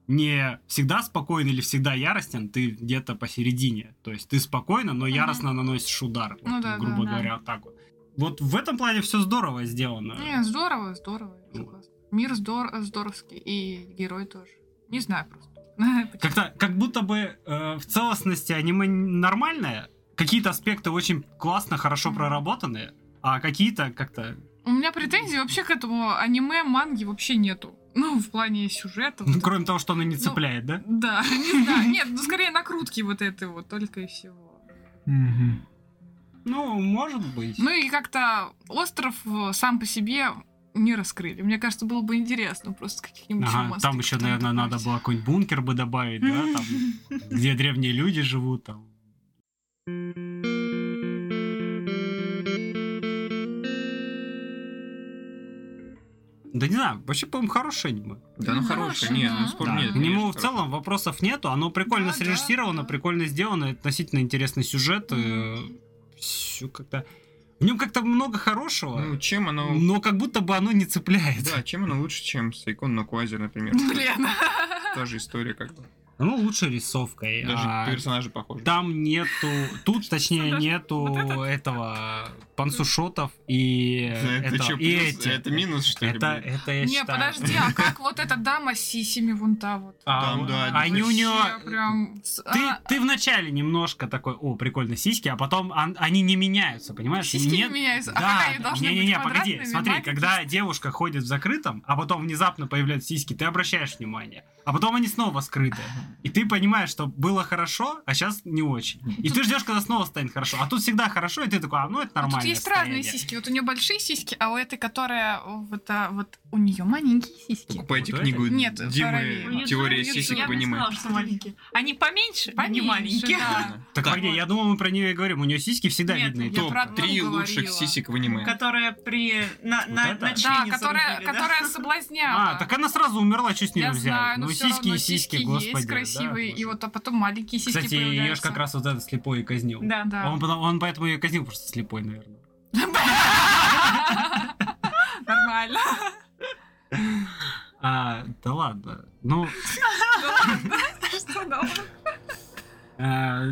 не всегда спокоен или всегда яростен, ты где-то посередине. То есть ты спокойно, но Мгм. яростно наносишь удар, Ну вот, да, да, грубо да. говоря, вот так вот. Вот в этом плане все здорово сделано. Не, здорово, здорово. я Вот. согласна. Мир здор- здоровский, и герой тоже. Не знаю просто. (laughs) Почему. Как-то, как будто бы э, в целостности аниме нормальное, какие-то аспекты очень классно, хорошо Мгм. проработанные, а какие-то как-то... У меня претензий вообще к этому аниме, манги вообще нету. Ну, в плане сюжета. вот Ну, кроме того, что оно не Ну, цепляет, да? это- Да, (laughs) не знаю. Нет, ну скорее накрутки вот этой вот, только и всего. Мгм. Ну, может быть. Ну и как-то остров э, сам по себе не раскрыли. Мне кажется, было бы интересно просто каких-нибудь Ага, мостиков там еще, наверное, надо добавить. было какой-нибудь бункер бы добавить, да, (laughs) там, где древние люди живут, там. Да не знаю, вообще, по-моему, хорошее аниме. Да, ну Ну, хорошее, хорошее, нет, да. ну спор Да, нет. к нему в конечно, целом вопросов нету, оно прикольно Да, да, срежиссировано, да. прикольно сделано, относительно интересный сюжет, все как-то... В нем как-то много хорошего, хорошее. Ну, чем оно... но как будто бы оно не цепляет. Да, чем оно лучше, чем Сайкон Нокуазер, например. (laughs) Блин. (laughs) Та же история как бы. Ну, лучше рисовкой. Даже а персонажи похожи. Там нету, тут точнее нету Вот этот. этого пансушотов и (laughs) Это этого- что, и плюс? эти. Это минус, что ли? Это, блин? это я Не, считаю. подожди, а как вот эта дама с сисями вон та вот? А, Там, да, они у вообще нее... Я прям... а. с- Ты, она- ты вначале немножко такой, о, прикольно, сиськи, а потом он- они не меняются, понимаешь? Сиськи не Нет- (laughs) меняются. А Да, как они должны не, быть не, не, погоди, квадратными, смотри, маленькими? когда девушка ходит в закрытом, а потом внезапно появляются сиськи, ты обращаешь внимание, а потом они снова скрыты, и ты понимаешь, что было хорошо, а сейчас не очень, и ты ждешь, когда снова станет хорошо, а тут всегда хорошо, и ты такой, а ну это Ну, нормально. Тут есть разные сиськи. Вот у нее большие сиськи, а у этой, которая вот, а, вот у нее маленькие сиськи. Покупайте Вот книгу это? Нет, Димы параллельно. «Теория Нет, сисек Ну, я в бы аниме». сказала, что маленькие. Они поменьше, но не Поменьше, маленькие. (laughs) да. Так, Так, погоди, вот. я думал, мы про нее и говорим, у нее сиськи всегда Нет, видны. я и то- про одну Три говорила. лучших сисек в аниме. Которая при... На, на, это? на Да, Да, члене которая, зарубили, да? которая (laughs) соблазняла. А, так она сразу умерла, чуть с ней Я взяли. знаю, но ну, всё сиськи равно и сиськи, сиськи господи. есть да, красивые, и боже. вот а потом маленькие сиськи Кстати, ее ж появляются. как раз вот этот слепой и казнил. Да. Да. Он, потом- он поэтому ее казнил, просто слепой, наверное. (laughs) Нормально. А, да ладно. Ну, э,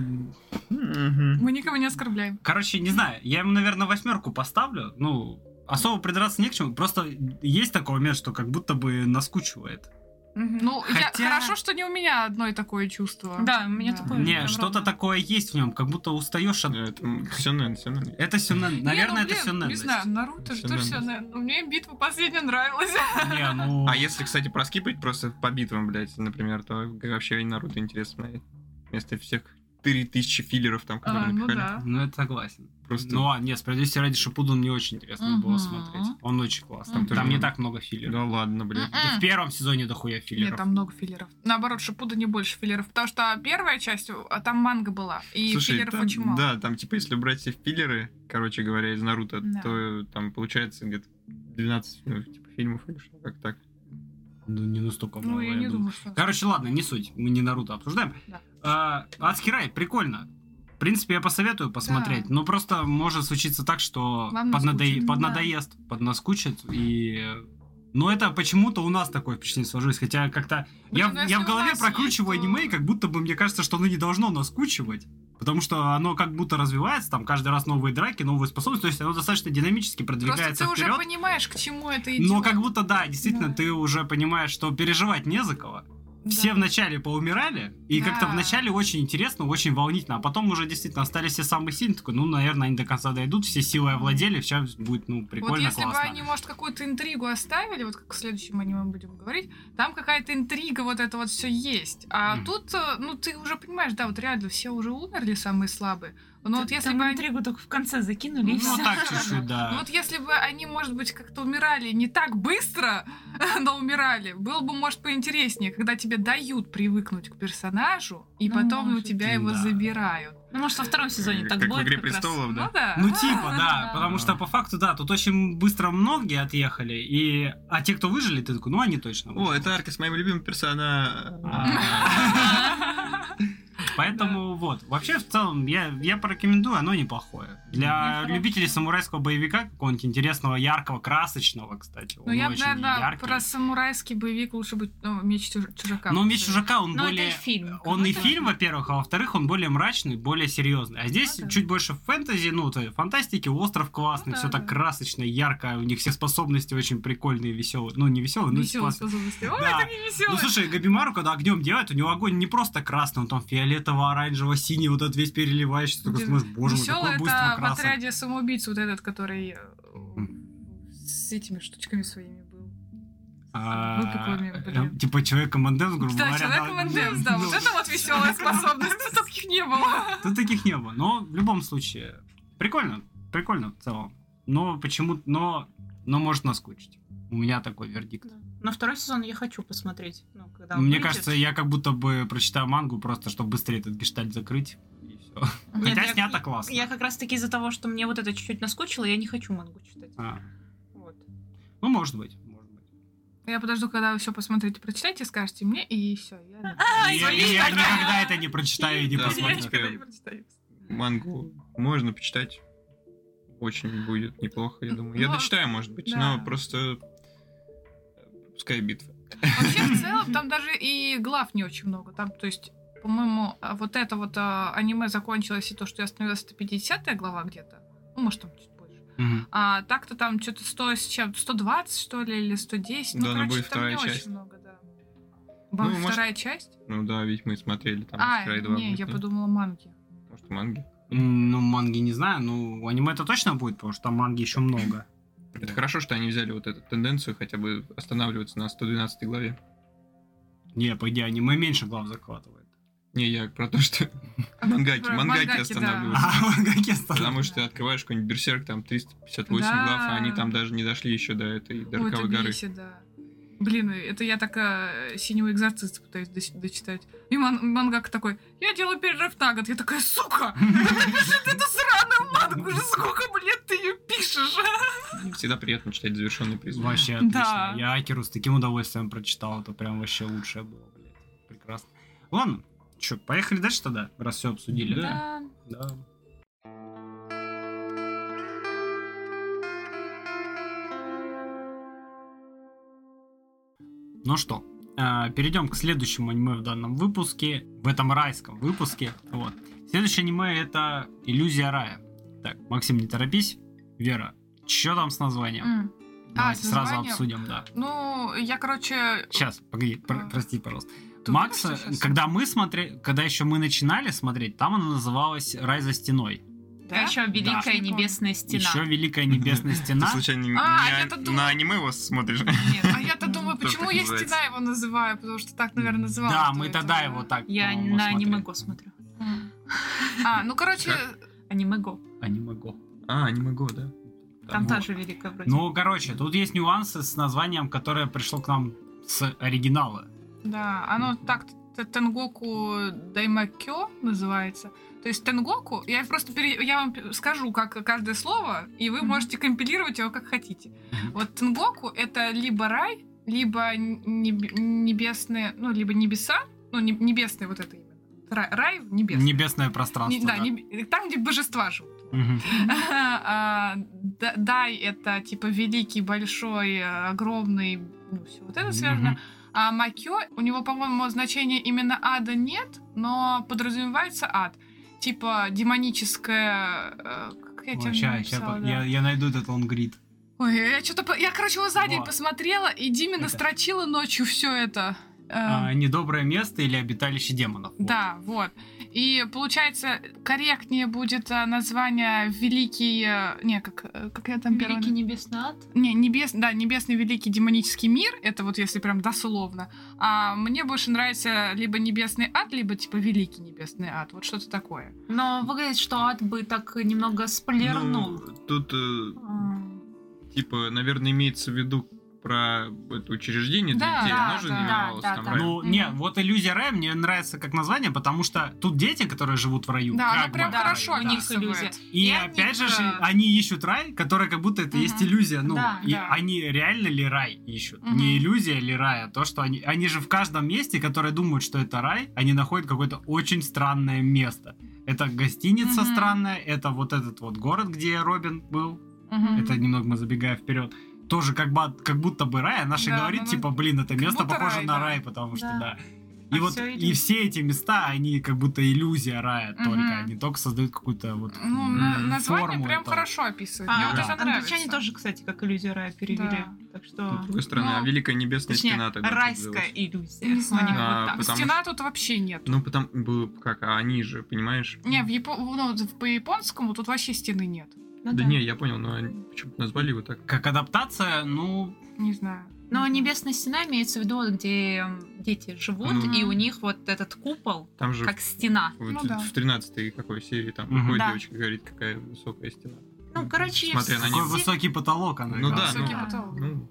Мгм. Мы никого не оскорбляем. короче, не знаю, я ему, наверное, восьмерку поставлю. Ну, особо придраться не к чему. Просто есть такой момент, что как будто бы наскучивает. Ну, я- Хотя- хорошо, что не у меня одно и такое чувство. Да, у меня Да. такое. Не, прям что-то ровно. такое есть в нем, как будто устаешь от... Э, Это Сёнэн, сёнэн. Это сюнен. Не, ну, Наверное, это блин, сюнен. Не знаю, Наруто что Сюненность. все. Мне битва последняя нравилась. Не, (laughs) ну... А если, кстати, проскипать просто по битвам, блядь, например, то вообще и Наруто интересно. блядь. Вместо всех 4000 филлеров там, которые А, ну напихали. да. Ну, это согласен. Просто Ну, а, нет, справедливости ради Шипуду мне очень интересно было Мгм. смотреть. Он очень классный. Там Там тоже не много. так много филлеров. Да ладно, блядь. Мгм. Да В первом сезоне дохуя Нет, филлеров. там много филлеров. Наоборот, Шипуда не больше филлеров, потому что первая часть, а там манга была, и филлеров там- очень мало. да, там типа, если брать все филлеры, короче говоря, из Наруто, Да. то там получается где-то 12 ну, типа, фильмов или что, как так. Ну, не настолько Ну, много, я я не думаю. думаю, что... Короче, ладно, не суть. Мы не Наруто обсуждаем. Да. А, Адский рай, прикольно. В принципе, я посоветую посмотреть. Да. Но просто может случиться так, что Вам поднадо- наскучит, поднадоест, поднаскучит. И... Но это почему-то у нас такое впечатление сложилось. Хотя как-то... Блин, ну, я, если я в у голове вас прокручиваю есть, то- аниме, и как будто бы мне кажется, что оно не должно наскучивать. Потому что оно как будто развивается, там каждый раз новые драки, новые способности. То есть оно достаточно динамически Просто продвигается ты уже вперед. понимаешь, к чему это идет. Но как будто, да, действительно, Да. ты уже понимаешь, что переживать не за кого. Да. Все вначале поумирали, и Да. как-то вначале очень интересно, очень волнительно, а потом уже действительно остались все самые сильные, такой, ну, наверное, они до конца дойдут, все силы овладели, все будет, ну, прикольно, Вот если классно. бы они, может, какую-то интригу оставили, вот как в следующем аниме будем говорить, там какая-то интрига, вот это вот все есть. А Мгм. тут, э, ну, ты уже понимаешь, да, вот реально все уже умерли, самые слабые. Но вот Т- если там бы они... интригу только в конце закинули, и Ну, всё. так чуть-чуть, Ну да. вот если бы они, может быть, как-то умирали не так быстро, (laughs) но умирали, было бы, может, поинтереснее, когда тебе дают привыкнуть к персонажу, и Ну, потом у может. тебя его Да. забирают. Ну, может, во втором сезоне так как будет в «Игре как раз. престолов», Ну да? да. Ну, (laughs) типа, да, Да. потому что по факту, да, тут очень быстро многие отъехали, и... А те, кто выжили, ты такой, ну, они точно выжили. О, это арка с моим любимым персонажем. А. Поэтому вот. Вообще, в целом, я, я порекомендую, оно неплохое. Для Нехорошо. любителей самурайского боевика, какого-нибудь интересного, яркого, красочного, кстати. Ну, он я бы, очень наверное, яркий. про самурайский боевик лучше бы ну, меч чуж- чужака. Но меч посмотреть. чужака, он Ну, это и более... фильм. Он и Ну, да. фильм, во-первых, а во-вторых, он более мрачный, более серьезный. А здесь Ну да. чуть больше фэнтези, ну, то есть фантастики, остров классный, Ну да, все так да. красочно, ярко, у них все способности очень прикольные, веселые. Ну, не веселые, но Весёлый классные. способности. Ой, Да. это не веселый. Ну слушай, Габимару, когда огнем делает, у него огонь не просто красный, он там фиолетово-оранжево-синий, вот этот весь переливающийся, такой Блин, смотришь, боже мой, Весёлый какое буйство это в красок. отряде самоубийц вот этот, который э, с этими штучками своими был. А, выпуклыми, э, блин. Типа человек командент, грубо да, говоря. человек Мендес, да, ну, (laughs) вот это вот веселая способность, тут таких не было. Тут таких не было, но в любом случае. Прикольно, прикольно в целом. Но почему, но, но может наскучить. У меня такой вердикт. Но второй сезон я хочу посмотреть. Ну, когда он Мне выйдет. кажется, я как будто бы прочитаю мангу просто, чтобы быстрее этот гештальт закрыть. и всё. Нет, Хотя я- снято классно. Я как раз таки из-за того, что мне вот это чуть-чуть наскучило, я не хочу мангу читать. А, Вот. ну, может быть. может быть. Я подожду, когда вы все посмотрите, прочитайте, скажете мне, и все. Я... Я извини, я тогда. никогда это не прочитаю и не Да, посмотрю. смотри. Мангу можно почитать. Очень будет неплохо, я думаю. Я Ну, дочитаю, может быть, да. но просто... э, Пускай битва. Вообще, в целом, там даже и глав не очень много. Там, то есть, по-моему, а, вот это вот а, аниме закончилось, и то, что я остановилась, это 50 глава где-то. Ну, может, там чуть больше. Мгм. А так-то там что-то 100 с чем 120, что ли, или 110. Ну, Да, ну, короче, будет там не вторая часть. очень много, да. Ба- Ну, может, вторая часть? Ну да, ведь мы смотрели там а, «Скрай 2», не, я ну, подумала манги. Может, манги. М, Ну, манги не знаю, ну, аниме это точно будет, потому что там манги еще много. Это хорошо, что они взяли вот эту тенденцию хотя бы останавливаться на 112 главе. Не, по идее, аниме меньше глав захватывает. Не, я про то, что А, Мангаки, про- мангаки да. (laughs) останавливаются. А, (laughs) мангаки останавливают. Потому что ты открываешь какой-нибудь берсерк, там 358 Да. глав, а они там даже не дошли еще до этой до Ой, это роковой горы. бесит, да. Блин, это я так э, синего экзорциста пытаюсь дос- дочитать. И ман- мангак такой, я делаю перерыв на год. Я такая, сука, (laughs) напиши ты эту сраную мангу, уже сколько бы лет ты ее пишешь? Всегда приятно читать завершенный приз. Вообще отлично. Да. Я Акеру с таким удовольствием прочитал, это прям вообще лучшее было, блядь. Прекрасно. Ладно, что, поехали дальше тогда, раз все обсудили. Да. а? Э, Да. Ну что, перейдем к следующему аниме в данном выпуске, в этом райском выпуске. Вот. Следующее аниме это «Иллюзия рая». Так, Максим, не торопись. Вера, что там с названием? М. Давайте с сразу названием? обсудим, да. Ну, я, короче... Сейчас, погоди, пр- А. прости, пожалуйста. Ты Макса, уверена, что щас? когда мы смотрели, когда еще мы начинали смотреть, там она называлась «Рай за стеной». Да? Да? еще Великая Не помню. Небесная Стена. Еще Великая (laughs) Небесная Ты Стена. случайно не- А, не я-то а- думала- на аниме вас смотришь? (laughs) Нет. А я-то думаю, Тоже почему так я называется. стена его называю, потому что так, наверное, называла. Да, до мы этого, тогда да? его так. Я по-моему, на аниме смотрели. Го смотрю. М. А, ну, короче, Аниме Го. Аниме Го. А, аниме го, да. Там Вот. тоже Великая вроде. Ну, короче, тут есть нюансы с названием, которое пришло к нам с оригинала. Да, оно так т- Тенгоку Даймакё называется. То есть Тенгоку, я просто пере- я вам п- скажу как каждое слово, и вы Мгм. можете компилировать его как хотите. Мгм. Вот Тенгоку это либо рай, либо н- неб- небесные, ну либо небеса, ну не- небесные вот это именно. Рай, рай в небесном. Небесное пространство. Не- да, да. не- там, где божества живут. Мгм. (laughs) А, да- Дай это типа великий, большой, э, огромный, ну все вот это связано. Мгм. А Макё, у него, по-моему, значения именно ада нет, но подразумевается ад. Типа демоническое... э, Как я Ой, тебе ща- написала, ща- да? Я я найду этот лонгрид. Ой, я что-то... Я, короче, его за день Вот. посмотрела, и Диме Это. настрочила ночью все это. Э, А, Недоброе место или обиталище демонов. Вот. Да, вот. И получается, корректнее будет э, название Великий... э, Не, как, э, как я там первое Великий Небесный Ад. не, небес, да, небесный великий демонический мир, это вот если прям дословно. А мне больше нравится либо небесный ад, либо типа великий небесный ад. Вот что-то такое. Но выглядит, что ад бы так немного сплернул. Ну, тут, э, М, типа, наверное, имеется в виду про это учреждение для Да, детей. да, Оно же да, именовалось да, там да. рай. Ну, Мгм. не, вот иллюзия рая мне нравится как название, потому что тут дети, которые живут в раю, Да, как оно прям бы в раю, хорошо да. у них описывает. иллюзия. И Я опять же, не- ж, да. они ищут рай, который как будто это Мгм. есть иллюзия. Ну, Да, и да. они реально ли рай ищут? Мгм. Не иллюзия ли рая, а то, что они... Они же в каждом месте, которое думают, что это рай, они находят какое-то очень странное место. Это гостиница Мгм. странная, это вот этот вот город, где Робин был. Мгм. Это немного мы забегая вперед. Тоже как, ба- как будто бы рай, а наши Да, говорит, ну, ну, типа, блин, это как место будто похоже рай, на да. рай, потому что, Да. да. И А вот всё и иллюзия. все эти места, они как будто иллюзия рая Мгм. только. Они только создают какую-то вот э, Ну, на- м, название форму прям этого. хорошо описывает. Мне А, вот да. это нравится. Англичане тоже, кстати, как иллюзия рая перевели. Да. Так Ну, что... С другой стороны, Ну, а Великая Небесная Точнее, Стена тогда райская отзывалась. иллюзия. Не знаю, У них А, вот так. потому Стена тут вообще нет. Ну, потому было бы как, а они же, понимаешь? Не, в Япо- ну, вот по японскому тут вообще стены нет. Ну Да да. не, я понял, но они почему-то назвали его так. Как адаптация, ну, Не знаю. Ну, Но небесная стена имеется в виду, вот где м, дети живут, Ну. и у них вот этот купол, Там же как стена. вот Ну да. в 13 какой серии там Мгм. какой Да. девочка говорит, какая высокая стена. Ну, короче, Смотря на все, Какой (laughs) них. высокий потолок она Ну да, играла. Высокий ну, потолок. Ну,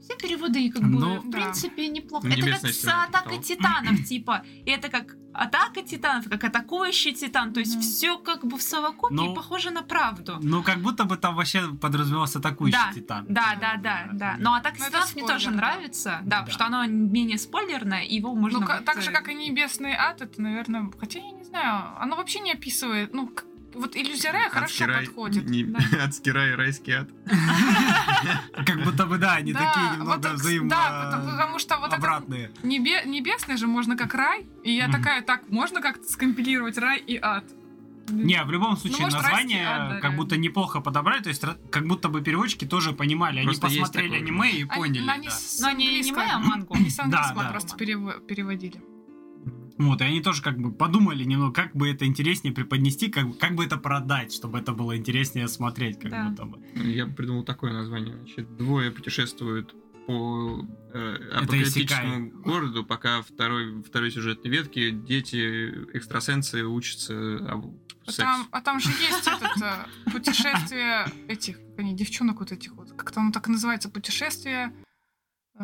все переводы как бы, Ну, в да. принципе, неплохо. Ну, это как небесная с стена, атакой потолок. титанов, типа. И это как атака титанов, как атакующий титан. То есть Мгм. все как бы в совокупе Ну, похоже на правду. Ну, как будто бы там вообще подразумевался атакующий Да, титан. Да, да, да, да. Но атака Ну, это титанов мне тоже спойлер, да. нравится. Да, Да. потому что оно менее спойлерное, и его можно... Ну, ка- вот, так же, э, как и небесный ад, это, наверное, хотя я не знаю, оно вообще не описывает, ну, к- вот иллюзия рая хорошо адский рай, подходит. (laughs) не- да. (laughs) адский рай и райский ад. Как будто бы, да, они Да, такие вот немного так с- взаимно Да, потому, потому что вот это обратные. небе- небесный же можно как рай, и я Мгм. такая, так, можно как-то скомпилировать рай и ад? Не, в любом случае, Ну, может, название расти, а, да, как реально. будто неплохо подобрали, то есть ра- как будто бы переводчики тоже понимали. Просто они есть посмотрели такое. аниме и Они- поняли. Они да. с Ну, они не английского- (clears throat) аниме, а мангу. Они с английского Да, да. просто перево- переводили. Ну, Вот, и они тоже как бы подумали немного, как бы это интереснее преподнести, как, как бы это продать, чтобы это было интереснее смотреть, как Да. будто бы. Я придумал такое название. Значит, двое путешествуют по э, исекай. апокалиптическому городу, пока второй, второй сюжетной ветки дети экстрасенсы учатся об- А сексу. (laughs) там, а там же есть этот э, путешествие этих, как они, девчонок вот этих вот. Как-то оно так и называется, путешествие... э,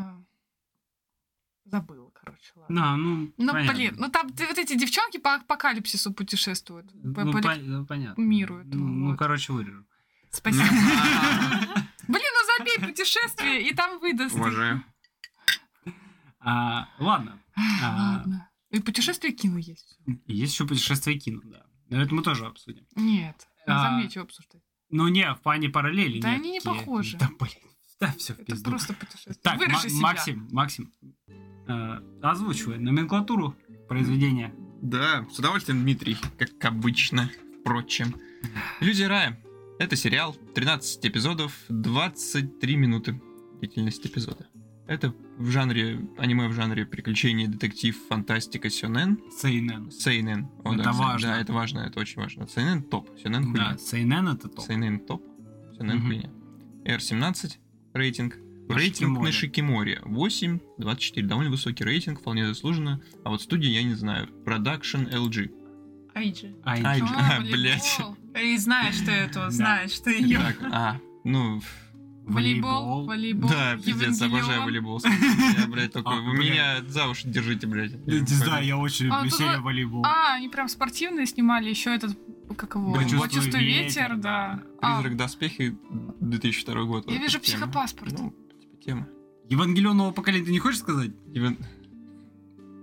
забыла, короче, ладно. Да, ну, Ну, понятно. блин, ну там т- вот эти девчонки по апокалипсису путешествуют. По- Ну, по- пон- ну, понятно. миру этому, Ну, вот. короче, вырежу. Спасибо. (laughs) Блин, ну забей путешествие, и там выдаст. Уважаю. А, ладно, Ах, А. Ладно. И путешествие кино есть. есть еще путешествие кино, да. Но Это мы тоже обсудим. Нет, А. заметь, его обсуждать. Ну, не, в плане параллели Да нет они не такие. похожи. Да, блин, (laughs) да, все в Это пизду. просто путешествие. Так, Ма- Вырежи себя. Максим, Максим, э, озвучивай номенклатуру произведения. Да, с удовольствием, Дмитрий, как обычно, впрочем. Люди рая. Это сериал, 13 эпизодов, 23 минуты длительность эпизода. Это в жанре, аниме в жанре приключения, детектив, фантастика, сёнэн. Сейнен. Сейнен. О, Это да, кстати, важно. Да, это важно, это очень важно. Сейнен топ. Сейнен Да, хуйня. Сейнен это топ. Сейнен топ. Сейнен Мгм. хуйня. R17 рейтинг. На рейтинг Шикиморе. на Шикиморе 8, 24. Довольно высокий рейтинг, вполне заслуженно. А вот студии я не знаю. Production LG. Айджи. Ай, Ай, чё? А, А, блядь. волейбол. И знаешь ты Да. это, знаешь ты ее. Так, а, ну, Волейбол, волейбол. да, пиздец, Евангелион. обожаю волейбол. слушайте. Я, блядь, только... А, Вы блядь. меня за уши держите, блядь. Да, не знаю, я очень А, люблю тут серию вот- волейбол. А, они прям спортивные снимали, еще этот, как его, Блин, «Почувствуй ветер», да. А, Призрак доспехи 2002 год. я вот вижу эта тема. психопаспорт. Ну, типа тема. Евангелион нового поколения, ты не хочешь сказать? Иван-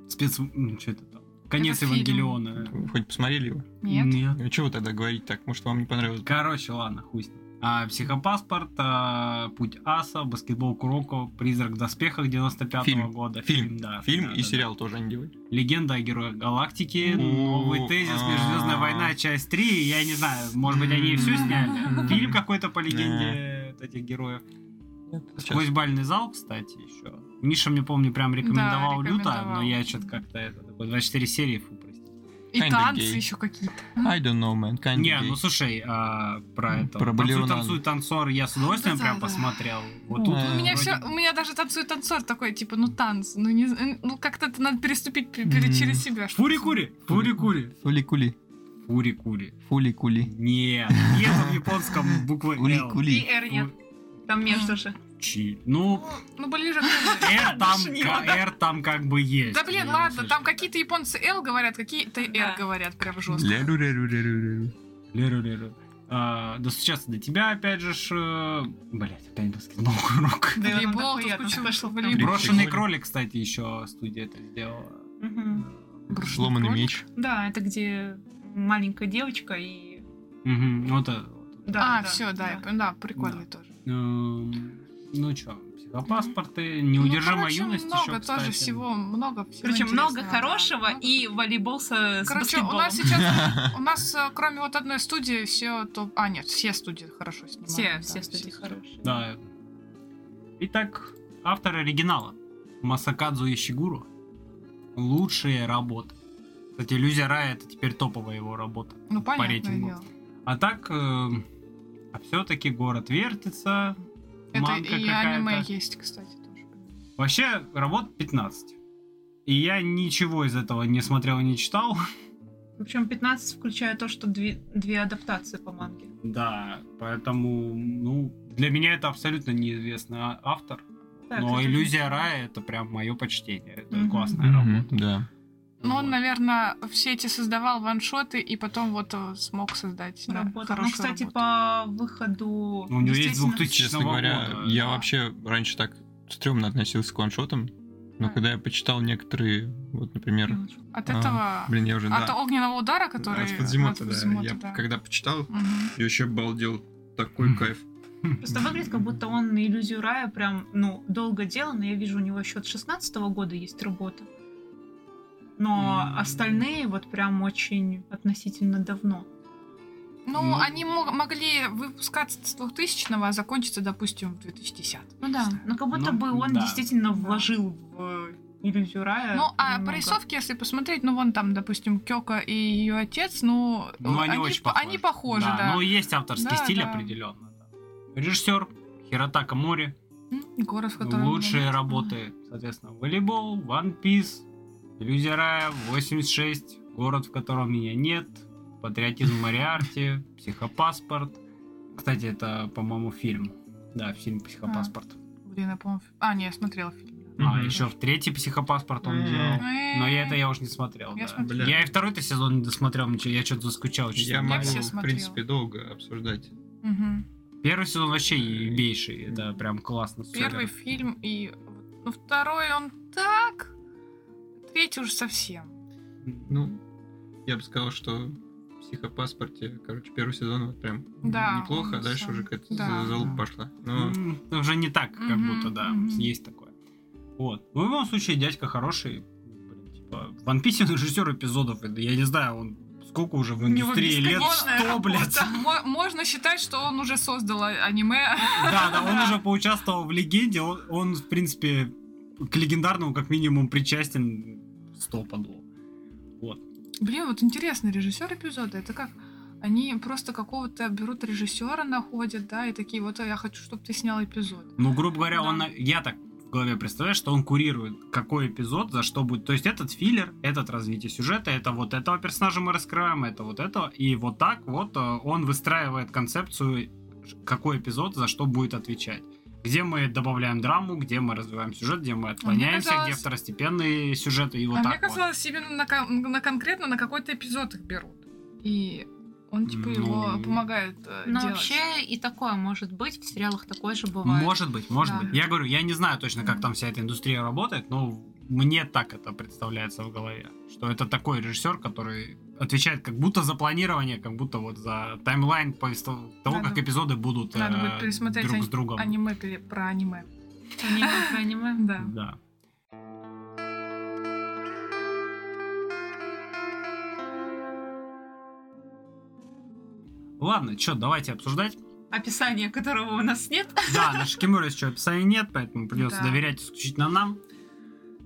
Спец... Что это там? Конец Это фильм. Евангелиона. Вы хоть посмотрели его? Нет. А чего вы тогда говорить так? Может, вам не понравилось? Короче, ладно, хуй с ним. А, психопаспорт, а, путь аса, баскетбол Куроко, призрак в доспехах 95-го Фильм. года. Фильм. да. Фильм да, и да, сериал тоже они делают. да. Легенда о героях галактики, О, новый тезис, а. Межзвездная война, часть 3. Я не знаю, может быть, они и все М. сняли. М. Фильм какой-то по легенде вот этих героев. Сквозь бальный зал, кстати, еще. Миша, мне помню, прям рекомендовал люто, рекомендовал. но я что-то как-то это такой 24 серии, фу, простите. И Kinda танцы gay. еще какие-то. Ну, I don't know, man. Kinda Не, gay. ну слушай, а, про это. Про танцуй, балерин танцуй, надо». танцор, я с удовольствием Да, прям да. посмотрел. Вот Ну, тут у У вроде меня все, бы- у меня даже танцует танцор такой, типа, ну танцы, ну не, з- ну как-то это надо переступить пе- пере- М. через себя. что Фури-кури, фури-кури, Фули-кули. фури-кури. Фули-кули. Нет, нет в японском буквы L. И Ули-кули. Эр нет, там между же. Чи. Ну, Ну ближе к L. R там, Дальше не ка- R там как бы есть. Да блин, Ну, ладно, слушай. там какие-то японцы L говорят, какие-то Да. R говорят прям жестко. Ляру-ляру-ляру-ляру. Леру-леру. А, Достучаться до тебя, опять же, ж, э, блять, опять баскетбол курок. Да, Волейбол, там тут хуя, куча там вышел там. волейбол. Брошенный Прикольно. кролик, кстати, еще студия это сделала. Мгм. Сломанный (laughs) меч. Да, это где маленькая девочка и... Мгм, Вот это. вот. Да, А, все, да, я пон- да, прикольный тоже. Эм, Ну что, психопаспорты, неудержимая Ну, короче, юность много еще, кстати. тоже всего, много всего Короче, много интересного, да. хорошего Много и волейбол со, с Короче, у баскетболом. (laughs) нас сейчас у нас э, кроме вот одной студии все то, а нет, все студии хорошо снимают. Все, да, все студии хорошие. Да. Итак, автор оригинала Масакадзу Ищигуру. Лучшие работы. Кстати, «Иллюзия рая» — это теперь топовая его работа. Ну понятное рейтингу. дело. А так, эм, а все-таки город вертится, Это манка и какая-то. аниме есть, кстати, тоже. Вообще, работ 15. И я ничего из этого не смотрел и не читал. (laughs) Причем 15, включая то, что две, две адаптации по манге. Да, поэтому, ну, для меня это абсолютно неизвестный а- автор. Так, но это- «Иллюзия рая» — это прям мое почтение. Это Мгм. классная Мгм, работа. Да. Но Ну, он, Вот. наверное, все эти создавал ваншоты и потом вот э, смог создать да, Работа. Ну, хорошую кстати, работу. по выходу... Ну, у него есть естественно, 2000 Честно говоря, года, я да. вообще раньше так стрёмно относился к ваншотам, но А. когда я почитал некоторые, вот, например, От а, этого... блин, я уже, да, От огненного удара, который... от Фудзимото, от да, Фудзимото, я да. когда почитал, Мгм. я вообще обалдел, такой Мгм. кайф. Ну, Просто выглядит, как будто он на иллюзию рая прям, ну, долго делал, но я вижу, у него счет 16 года есть работа. Но М. остальные вот прям очень относительно давно. Ну, Ну. они мог- могли выпускаться с 2000-го, а закончиться, допустим, в 2010 Ну да, но как будто Ну, бы он да. действительно вложил в э, иллюзию Э, рая. Ну, а много. по рисовке, если посмотреть, ну, вон там, допустим, Кёка и ее отец, ну, Ну, они, очень по- похожи. ну, они похожи, да. Но есть авторский Да, стиль да. определенно. Режиссер Хиротака Мори. М, Ну, Город, в котором... Лучшие работы, соответственно, волейбол, One Piece, Иллюзия рая, 86, город, в котором меня нет, патриотизм Мариарти, психопаспорт. Кстати, это, по-моему, фильм. Да, фильм психопаспорт. Блин, я, по-моему... фи- А, не, я смотрела фильм. А, Мгм. еще в третий психопаспорт он М-м. М. делал. Но я это я уже не смотрел. Я да. смотрела. Я и второй то сезон не досмотрел, ничего, я что-то заскучал. честно. Я могу, все в смотрела. принципе, долго обсуждать. Мгм. Первый сезон Э, вообще ебейший, это прям классно. супер. Первый фильм и... Ну, второй он так... Третий уже совсем. Ну, я бы сказал, что в психопаспорте, короче, первый сезон вот прям Да, неплохо, а он дальше сам. уже какая-то Да. за- залупа пошла. Но М, Уже не так, как Мгм, будто, да, мгм. есть такое. Вот. Ну, в любом случае, дядька хороший. Блин, типа, в One Piece режиссер эпизодов, это, я не знаю, он сколько уже в У него индустрии, Ну, лет бесконечная 100, (laughs) блядь. Мо- Можно считать, что он уже создал а- аниме. Да, да, он уже поучаствовал в легенде, он, он, в принципе, к легендарному как минимум причастен стоподу. Вот. Блин, вот интересно, режиссер эпизода, это как? Они просто какого-то берут режиссера, находят, да, и такие, вот а я хочу, чтобы ты снял эпизод. Ну, грубо говоря, Да. он, на- я так в голове представляю, что он курирует, какой эпизод, за что будет. То есть этот филлер, этот развитие сюжета, это вот этого персонажа мы раскрываем, это вот этого. И вот так вот э, он выстраивает концепцию, ш- какой эпизод за что будет отвечать. Где мы добавляем драму, где мы развиваем сюжет, где мы отклоняемся, где А казалось- второстепенные сюжеты и вот а так мне казалось, именно на, кон- на конкретно на какой-то эпизод их берут. И он, типа, Ну, его помогает э, Ну, Но делать. вообще и такое может быть, в сериалах такое же вот. бывает. Может быть, может Да. быть. Я говорю, я не знаю точно, как Мгм. там вся эта индустрия работает, но мне так это представляется в голове, что это такой режиссер, который отвечает как будто за планирование, как будто вот за таймлайн повествов- того, Надо- как эпизоды будут надо э, будет пересмотреть друг ани- с другом. Аниме пере- про аниме. Аниме про аниме. Да. Да. Ладно, что, давайте обсуждать. Описания которого у нас нет. Да, на Шикимуре еще описания нет, поэтому придется Да. доверять исключительно нам.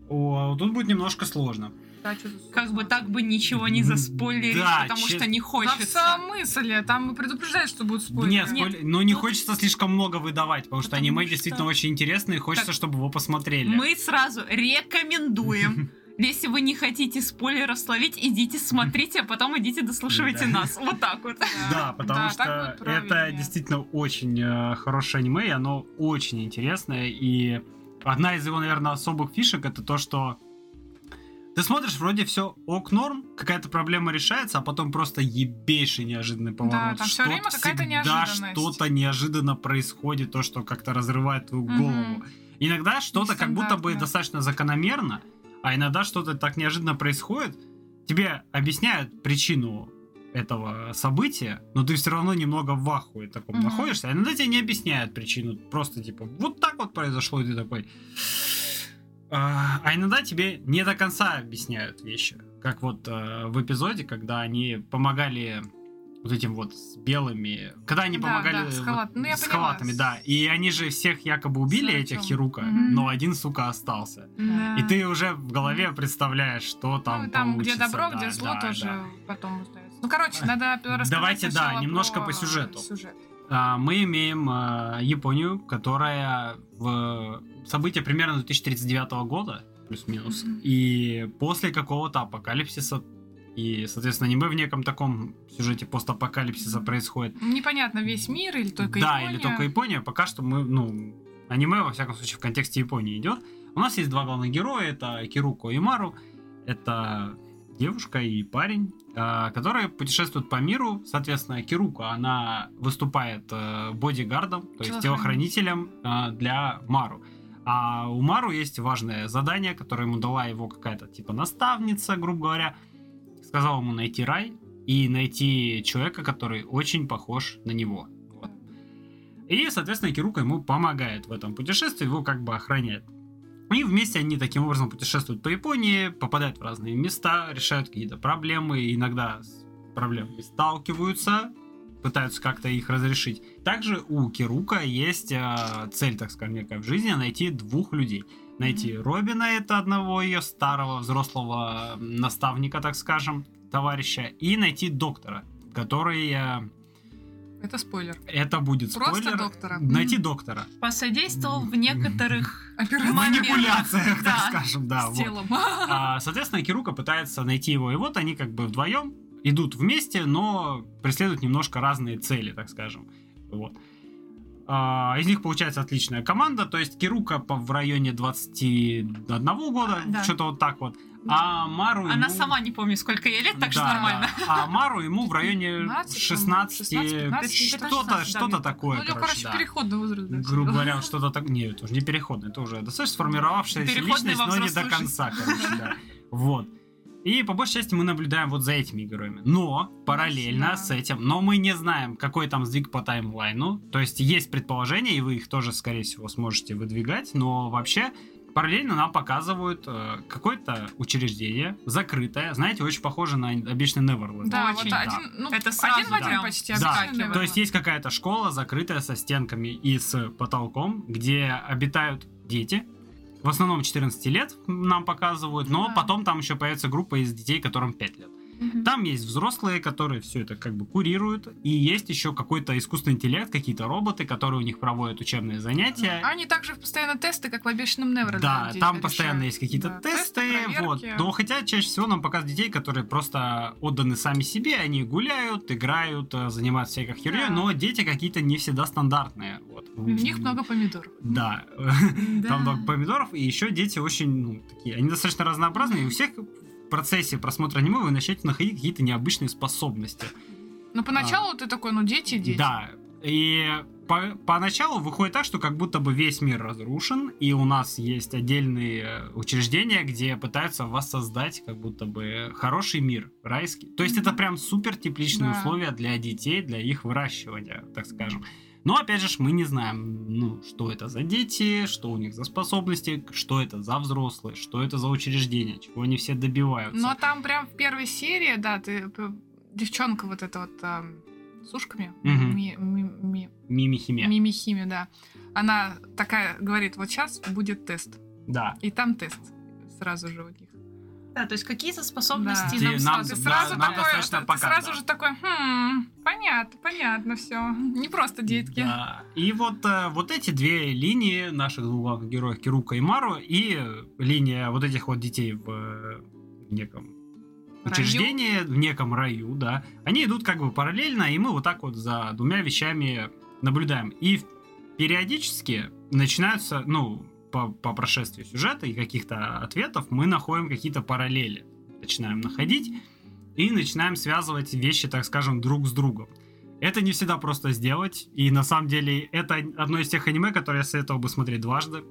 О, тут будет немножко сложно. Да, чё тут Как бы сложно? так бы ничего не заспойлерить, Да, потому чест- что не Да в хочется. самом мысли, там мы предупреждают, что будут спойлеры. Нет, Нет, спойлер- но не тут- хочется слишком много выдавать, потому что Потому аниме что- действительно очень интересное, и хочется, Так, чтобы его посмотрели. Мы сразу рекомендуем. (laughs) Если вы не хотите спойлеров словить, идите смотрите, а потом идите дослушивайте Да. нас. Вот так вот. Да, потому Да, так что будет это правильнее. действительно очень э, хорошее аниме, и оно очень интересное. И одна из его, наверное, особых фишек это то, что ты смотришь, вроде все ок норм, какая-то проблема решается, а потом просто ебейший неожиданный поворот. там всё время Что-то какая-то всегда неожиданность. Что-то неожиданно происходит, то, что как-то разрывает твою голову. Иногда что-то как будто бы Нестандартно. достаточно закономерно, а иногда что-то так неожиданно происходит. Тебе объясняют причину этого события, но ты все равно немного в ахуе таком Мгм. находишься. А иногда тебе не объясняют причину. Просто типа, вот так вот произошло, и ты такой. А а иногда тебе не до конца объясняют вещи. Как вот э, в эпизоде, когда они помогали вот этим вот с белыми. Когда они Да, помогали да, с вот халат- ну, я с поняла, халатами, с- да. И они же всех якобы убили, Силачом. этих Хирука, Мгм. но один, сука, остался. Да. И ты уже в голове представляешь, что там ну, там, где получится, добро, да, где зло, да, тоже да. потом узнается. Ну, короче, надо рассказать Давайте, да, сначала немножко про по сюжету. сюжет. а, мы имеем а, Японию, которая в события примерно 2039 года, плюс-минус, Мгм. и после какого-то апокалипсиса, и, соответственно, аниме в неком таком сюжете постапокалипсиса происходит. Ну, Непонятно, весь мир или только да, Япония? или только Япония. Пока что мы, ну, аниме, во всяком случае, в контексте Японии идет. У нас есть два главных героя, это Кируко и Мару. Это девушка и парень, а, которые путешествуют по миру. Соответственно, Кируко, она выступает э, бодигардом, то есть телохранителем а, для Мару. А у Мару есть важное задание, которое ему дала его какая-то типа наставница, грубо говоря. Сказала ему найти рай и найти человека, который очень похож на него. Вот. И, соответственно, Кирука ему помогает в этом путешествии, его как бы охраняет. И вместе они таким образом путешествуют по Японии, попадают в разные места, решают какие-то проблемы, иногда с проблемами сталкиваются, пытаются как-то их разрешить. Также у Кирука есть э, цель, так скажем, некая в жизни, найти двух людей. Найти Робина, это одного ее старого взрослого наставника, так скажем, товарища, и найти доктора, который... э, Это спойлер. это будет Просто спойлер. доктора. Найти доктора. Посодействовал в некоторых моментах. Манипуляциях, так Да. скажем, да. с вот. телом. А, соответственно, Кирука пытается найти его. И вот они как бы вдвоем идут вместе, но преследуют немножко разные цели, так скажем. Вот. А, из них получается отличная команда. То есть Кирука по- в районе 21 года, Да. что-то вот так вот. А Мару... Она ему- сама не помню, сколько ей лет, так что Да, нормально. да. А Мару ему в районе 15, 16... 16-15, Э, что-то, что-то такое, Ну, или, короче, да. переходный возраст. да, Грубо всё. говоря, вот что-то так. Нет, это уже не переходный, это уже достаточно сформировавшаяся Переходный личность, во но не до взрослую (laughs) конца, короче, да. Вот. И по большей части мы наблюдаем вот за этими героями. Но параллельно Да. с этим, но мы не знаем, какой там сдвиг по таймлайну. То есть есть предположения, и вы их тоже, скорее всего, сможете выдвигать. Но вообще параллельно нам показывают э, какое-то учреждение закрытое, знаете, очень похоже на обычный Neverland. Да, Очень, вот да. один, ну, Это один сразу, в один да. почти Да, обязательно. То есть есть какая-то школа, закрытая со стенками и с потолком, где обитают дети. В основном 14 лет нам показывают, но Да. потом там еще появится группа из детей, которым 5 лет. Там есть взрослые, которые все это как бы курируют, и есть еще какой-то искусственный интеллект, какие-то роботы, которые у них проводят учебные занятия. Они также постоянно тесты, как в обещанном Невроленде. э, Да, там решают. постоянно есть какие-то Да, тесты, вот. проверки. Но хотя чаще всего нам показывают детей, которые просто отданы сами себе, они гуляют, играют, э, занимаются всякой херней, Да. но дети какие-то не всегда стандартные. Вот. У них много помидоров. Да, (laughs) там много помидоров, и еще дети очень, ну, такие, они достаточно разнообразные, и у всех в процессе просмотра аниме вы начнете находить какие-то необычные способности. Но поначалу ты такой, ну дети, дети. Да. И по- поначалу выходит так, что как будто бы весь мир разрушен, и у нас есть отдельные э, учреждения, где пытаются воссоздать как будто бы хороший мир, райский. То есть это прям супер тепличные Да. условия для детей, для их выращивания, так скажем. Но опять же, ж, мы не знаем, ну, что это за дети, что у них за способности, что это за взрослые, что это за учреждения, чего они все добиваются. Но Ну, а там прям в первой серии, да, ты п- девчонка вот эта вот ам, с ушками, Мгм. ми- ми- ми- Мимихимия. мимихими, да, она такая говорит, вот сейчас будет тест. Да. И там тест сразу же у них. Да, то есть какие-то способности Где нам нам сразу... Ты Да, сразу нам такой, достаточно ты пока, сразу да. же такой, «Хм, понятно, понятно все. Не просто детки. Да. И вот, э, вот эти две линии наших двух главных героев, Кирука и Мару, и э, линия вот этих вот детей в э, неком учреждении, в неком раю, да, они идут как бы параллельно, и мы вот так вот за двумя вещами наблюдаем. И в- периодически начинаются, ну, по, по прошествии сюжета и каких-то ответов мы находим какие-то параллели. Начинаем находить и начинаем связывать вещи, так скажем, друг с другом. Это не всегда просто сделать, и на самом деле это одно из тех аниме, которое я советовал бы смотреть дважды,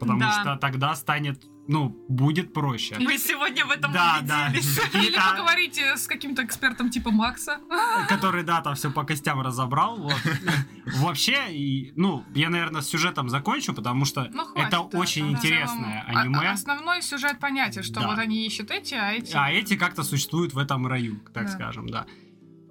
потому Да. что тогда станет, ну, будет проще. Ну, Мы сегодня в этом Да, да. а, убедились. (laughs) Или Какие-то- поговорите с каким-то экспертом типа Макса. который, да, там все по костям разобрал. вот. (laughs) Вообще, и, ну, я, наверное, с сюжетом закончу, потому что Ну, хватит, это да, очень да. В целом, интересное а- а- аниме. Основной сюжет понятен, что Да. вот они ищут эти, а эти... А эти как-то существуют в этом раю, так Да. скажем, да.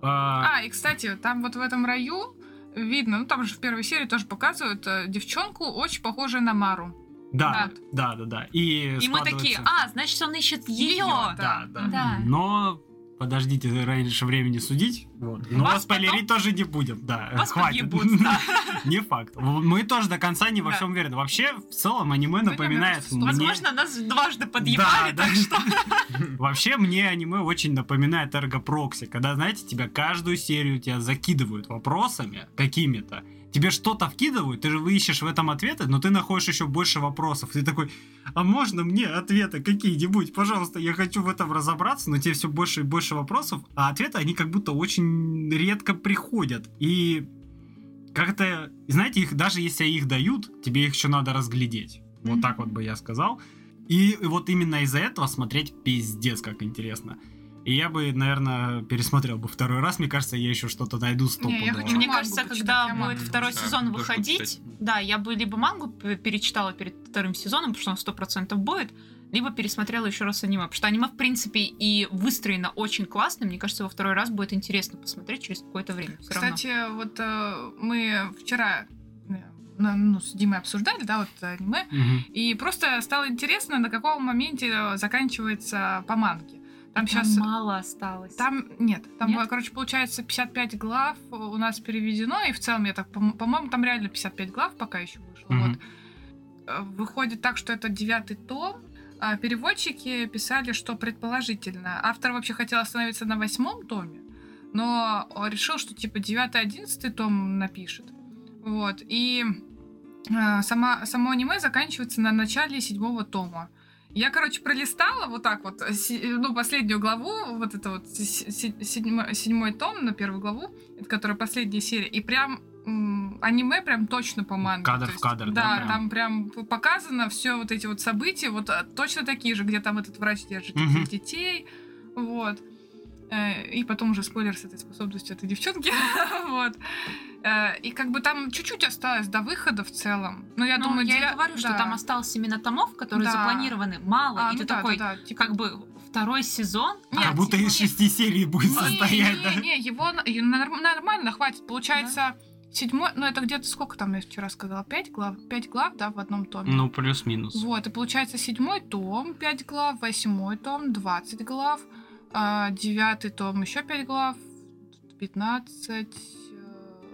А, А, и, кстати, там вот в этом раю видно, ну там же в первой серии тоже показывают э, девчонку, очень похожую на Мару. Да, да, да, да. И И мы такие, складывается- а, значит, он ищет ее. Её, Да, да. Да. Но подождите раньше времени судить. Вот. Но Вас вас спойлерить тоже не будем, да. Вас хватит. подъебут, да. (laughs) Не факт. Мы тоже до конца не во Да. всем уверены. Вообще, в целом, аниме Ну, напоминает наверное, мне... Возможно, нас дважды подъебали, Да, так да. что... (laughs) Вообще, мне аниме очень напоминает эргопрокси, когда, знаете, тебя каждую серию тебя закидывают вопросами какими-то. Тебе что-то вкидывают, ты же ищешь в этом ответы, но ты находишь еще больше вопросов. Ты такой, а можно мне ответы какие-нибудь? Пожалуйста, я хочу в этом разобраться, но тебе все больше и больше вопросов, а ответы, они как будто очень редко приходят. И как-то, знаете, их даже если их дают, тебе их еще надо разглядеть. Вот Мгм. так вот бы я сказал. И вот именно из-за этого смотреть пиздец как интересно. И я бы, наверное, пересмотрел бы второй раз. Мне кажется, я еще что-то найду стопудово. Не, я хочу Мне мангу кажется, почитать, когда я будет мангу второй читаю. сезон Тоже буду выходить, да, я бы либо мангу п- перечитала перед вторым сезоном, потому что он 100% будет, либо пересмотрела еще раз аниме. Потому что аниме, в принципе, и выстроено очень классно. Мне кажется, во второй раз будет интересно посмотреть через какое-то время. всё равно. Кстати, вот э, мы вчера э, на- ну, с Димой обсуждали, да, вот аниме, Мгм. и просто стало интересно, на каком моменте э, заканчивается по манге. Там сейчас... Там мало осталось. Там нет, там, Нет? э, короче, получается 55 глав э, у нас переведено, и в целом я так, пом- по-моему, там реально 55 глав пока еще вышло. Мгм. Вот. Э, Выходит так, что это девятый том. А Переводчики писали, что предположительно. Автор вообще хотел остановиться на восьмом томе, но э, решил, что типа девятый, одиннадцатый том напишет. Вот. И э, сама, само аниме заканчивается на начале седьмого тома. Я, короче, пролистала вот так вот, э, си- э, ну, последнюю главу, вот это вот си- си- седьмой, седьмой том на первую главу, это которая последняя серия, и прям м, аниме прям точно по манге. Кадр в то есть, кадр, да, прям. там прям п- показано все вот эти вот события, вот а, точно такие же, где там этот врач держит Мгм. этих детей, вот. Э, И потом уже спойлер с этой способностью этой девчонки, (laughs) вот. Э, И как бы там чуть-чуть осталось до выхода в целом. Но я Ну, думаю, я девя- и говорю, что да. там осталось именно томов, которые Да. запланированы мало, А, и ну ты да, такой, да, да, типа- как бы второй сезон, Нет, как будто типа, из шести серий будет состоять, не, да? не, его на- и норм- нормально хватит. Получается, седьмой, ну это где-то сколько там, я вчера сказала, пять глав, пять глав, да, в одном томе. Ну, плюс-минус. Вот, и получается седьмой том 5 глав, восьмой том 20 глав, а, девятый том еще 5 глав, э, 15,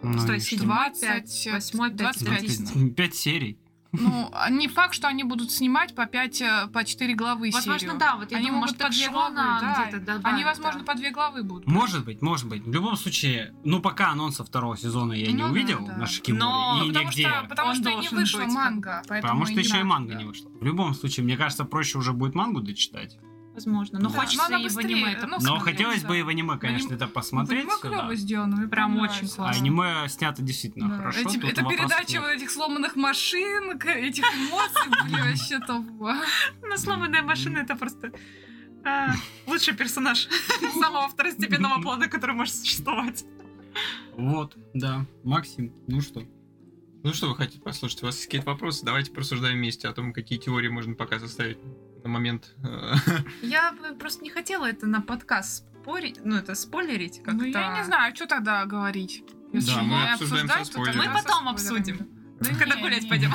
Ну, Стой, и что? седьмой, 20, пять, восьмой, пять, 25. десять. Пять- Ну, Пять серий. Ну, а не факт, что они будут снимать по 5, по 4 главы возможно, серию. да, вот я Они думаю, могут может, так по две шло на главы, да. где-то добавить, Они, возможно, да. по 2 главы будут. Может быть, может быть. В любом случае, ну пока анонсов второго сезона я не Ну да, увидел да. на Шикиморе Но- и потому нигде. что, потому Он что и не должен вышла быть, как манга. поэтому Потому что не еще и надо, манга да. не вышла. В любом случае, мне кажется, проще уже будет мангу дочитать. Возможно, но Да. хочется Но она и в быстрее, аниме это ну, Но смотреть, хотелось Ну, да. Ну, бы и в аниме, конечно, это посмотреть. Аниме всё, клево да. сделано, мне Прям прям очень очень А классно. классно. аниме снято действительно Да, хорошо. эти- тут это вопросов передача нет. вот этих сломанных машин, к- этих (laughs) эмоций, были вообще топово. Но сломанная машина это просто а, лучший (laughs) персонаж самого второстепенного плана, который может существовать. Вот, да. Максим, ну (laughs) что? Ну что вы хотите послушать? У вас есть какие-то вопросы? Давайте порассуждаем вместе о том, какие теории можно пока составить на момент. э, Я бы просто не хотела это на подкаст спорить, ну это спойлерить как-то. Ну, я не знаю, что тогда говорить. Если Да, не мы обсуждаем со обсуждать, то тогда спойлерами. Мы со потом спойлерами. обсудим. Да Ну, Когда не, гулять не. пойдем.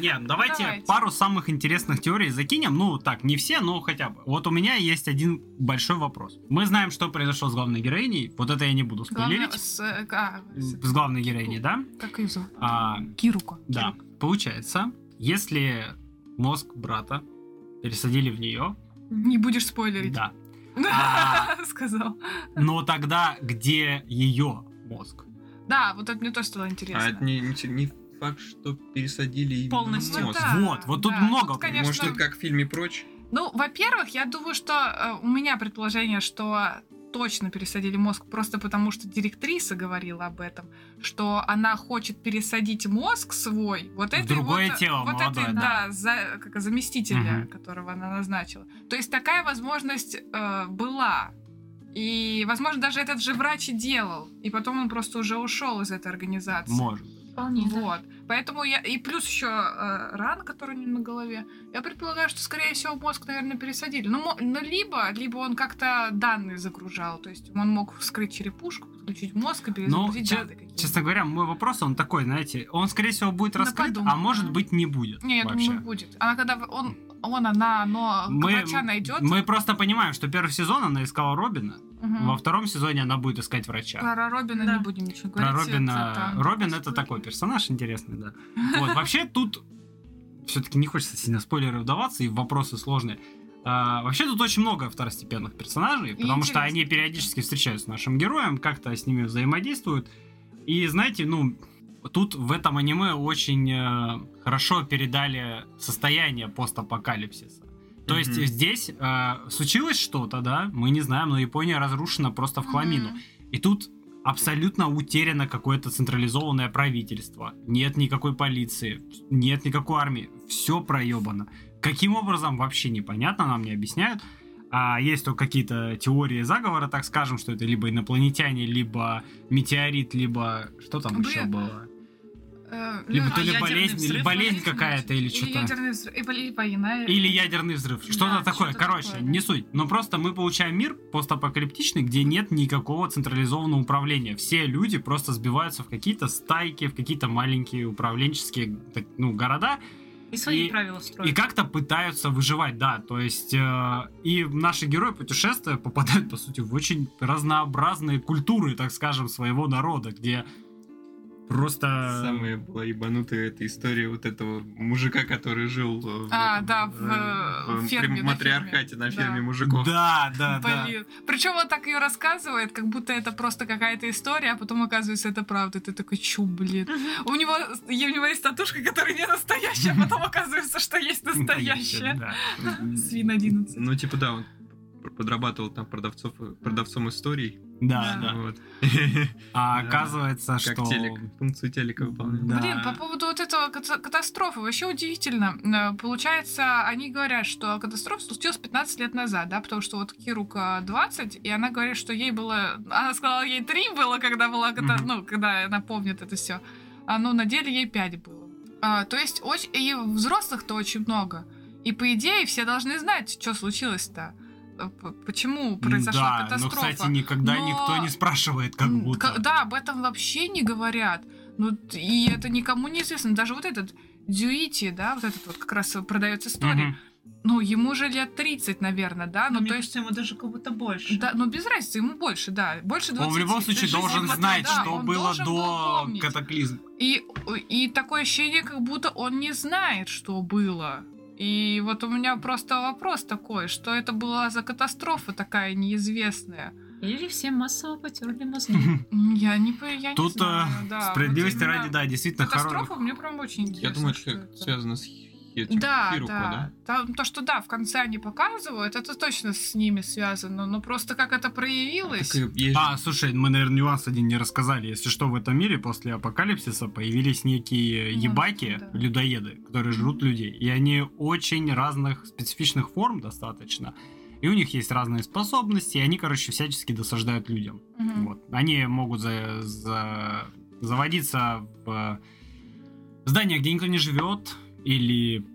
Не, давайте, Давайте. пару самых интересных теорий закинем. Ну, так, не все, но хотя бы. Вот у меня есть один большой вопрос. Мы знаем, что произошло с главной героиней. Вот это я не буду Главное, спойлерить. с, э, а, с- С главной героиней, да? Как ее зовут? А, Кируко. да. Получается, если мозг брата пересадили в нее, Не будешь спойлерить. (laughs) да, А. Сказал. но тогда где ее мозг? Да, вот это мне тоже стало интересно. А это не, не- не факт, что пересадили именно Полностью, мозг. да, Вот, вот тут да, много. тут, конечно, Может, это как в фильме «Прочь»? Ну, во-первых, я думаю, что э, у меня предположение, что точно пересадили мозг просто потому, что директриса говорила об этом, что она хочет пересадить мозг свой, вот В это другое вот, тело вот молодое, этой, да. да, за- как заместителя, Мгм. которого она назначила. То есть такая возможность э, была. И, возможно, даже этот же врач и делал. И потом он просто уже ушел из этой организации. Может. Вполне. Ну Вот. Поэтому я. И плюс еще э, рана, которая у него на голове. Я предполагаю, что, скорее всего, мозг, наверное, пересадили. Ну, мо- ну, либо, либо он как-то данные загружал. То есть он мог вскрыть черепушку, подключить мозг и перезагрузить че- данные какие-то. Ну, Честно говоря, мой вопрос, он такой, знаете, он, скорее всего, будет Надо раскрыт, а подумать, может да. быть, не будет Не, я вообще. думаю, будет. Она когда в- он он, она, оно Мы- врача найдет. Мы просто понимаем, что первый сезон она искала Робина, во втором сезоне она будет искать врача. Про Робина Да. не будем ничего Про говорить. Робина. это- Робин это такой персонаж интересный, (laughs) да. Вот, вообще тут все-таки не хочется сильно в спойлеры вдаваться и в вопросы сложные. А, вообще тут очень много второстепенных персонажей, потому что интересно. они периодически встречаются с нашим героем, как-то с ними взаимодействуют. И знаете, ну, тут в этом аниме очень э, хорошо передали состояние постапокалипсиса. То есть Мгм. здесь э, случилось что-то, да, мы не знаем, но Япония разрушена просто в хламину. Мгм. И тут абсолютно утеряно какое-то централизованное правительство. Нет никакой полиции, нет никакой армии. Все проебано. Каким образом, вообще непонятно, нам не объясняют. А есть только какие-то теории заговора, так скажем, что это либо инопланетяне, либо метеорит, либо что там Блин. еще было? Э, Либо ну, то ли ядерный болезнь, взрыв, или болезнь какая-то, или Или что-то. ядерный взрыв, и болезнь, война. Или ядерный взрыв. Что-то Да, такое. что-то Короче, такое, да. не суть. Но просто мы получаем мир постапокалиптичный, где нет никакого централизованного управления. Все люди просто сбиваются в какие-то стайки, в какие-то маленькие управленческие так, ну, города И свои И- правила и строят. как-то пытаются выживать, да. То есть э, и наши герои путешествия попадают, по сути, в очень разнообразные культуры, так скажем, своего народа, где просто... Самая была ебанутая эта история вот этого мужика, который жил э, в А, этом, да, в, э, э, в ферме, прям- на матриархате ферме. на ферме Да. мужиков. Да, да, да. Блин. Причем он так ее рассказывает, как будто это просто какая-то история, а потом оказывается, это правда. И Ты такой, чё, блин? У него, у него есть татушка, которая не настоящая, а потом оказывается, что есть настоящая. Да. (laughs) Свин 11. Ну, типа, да, он п- подрабатывал там продавцов, продавцом историй. Да, да. (laughs) Вот. А Да. оказывается, Как что... телек, функцию телека выполнял. Да. Блин, по поводу вот этого ката- катастрофы, вообще удивительно. Э, Получается, они говорят, что катастрофа случилась 15 лет назад, да, потому что вот Кирука 20, и она говорит, что ей было... Она сказала, ей 3 было, когда была... ката- Мгм. Ну, когда она помнит это все. А, ну, на деле ей 5 было. А, то есть, очень... и взрослых-то очень много. И, по идее, все должны знать, что случилось-то. Э, п- Почему произошла да, катастрофа. но, кстати, никогда Но- никто не спрашивает, как М, будто. ка- Да, об этом вообще не говорят. Ну, т- и это никому не известно. Даже вот этот Дюити, да, вот этот вот как раз продается история. Мгм. Ну, ему же лет 30, наверное, да. Ну, мне то есть, кажется, ему даже как будто больше. да, ну без разницы, ему больше, да. Больше 20. Он в любом случае жизнь должен потом, знать, да, что он было должен был до помнить. катаклизма. И, и такое ощущение, как будто он не знает, что было. И вот у меня просто вопрос такой, что это была за катастрофа такая неизвестная? Или все массово потерли мозги. М, Я не, по- я не Тут знаю, э, да. Вот справедливости именно ради, да, действительно Катастрофа хорошо. мне прям очень интересно. Я думаю, что что это это. связано с хи- этим, Да, Хируко, да. Там то, что да, в конце они показывают, это точно с ними связано. Но просто как это проявилось. Так и есть же А, слушай, мы, наверное, нюанс один не рассказали. Если что, в этом мире после апокалипсиса появились некие Монстры, ебаки, да. людоеды, которые жрут людей. И они очень разных специфичных форм достаточно. И у них есть разные способности, и они, короче, всячески досаждают людям. Мгм. Вот. Они могут за- за- заводиться в э, зданиях, где никто не живет, или,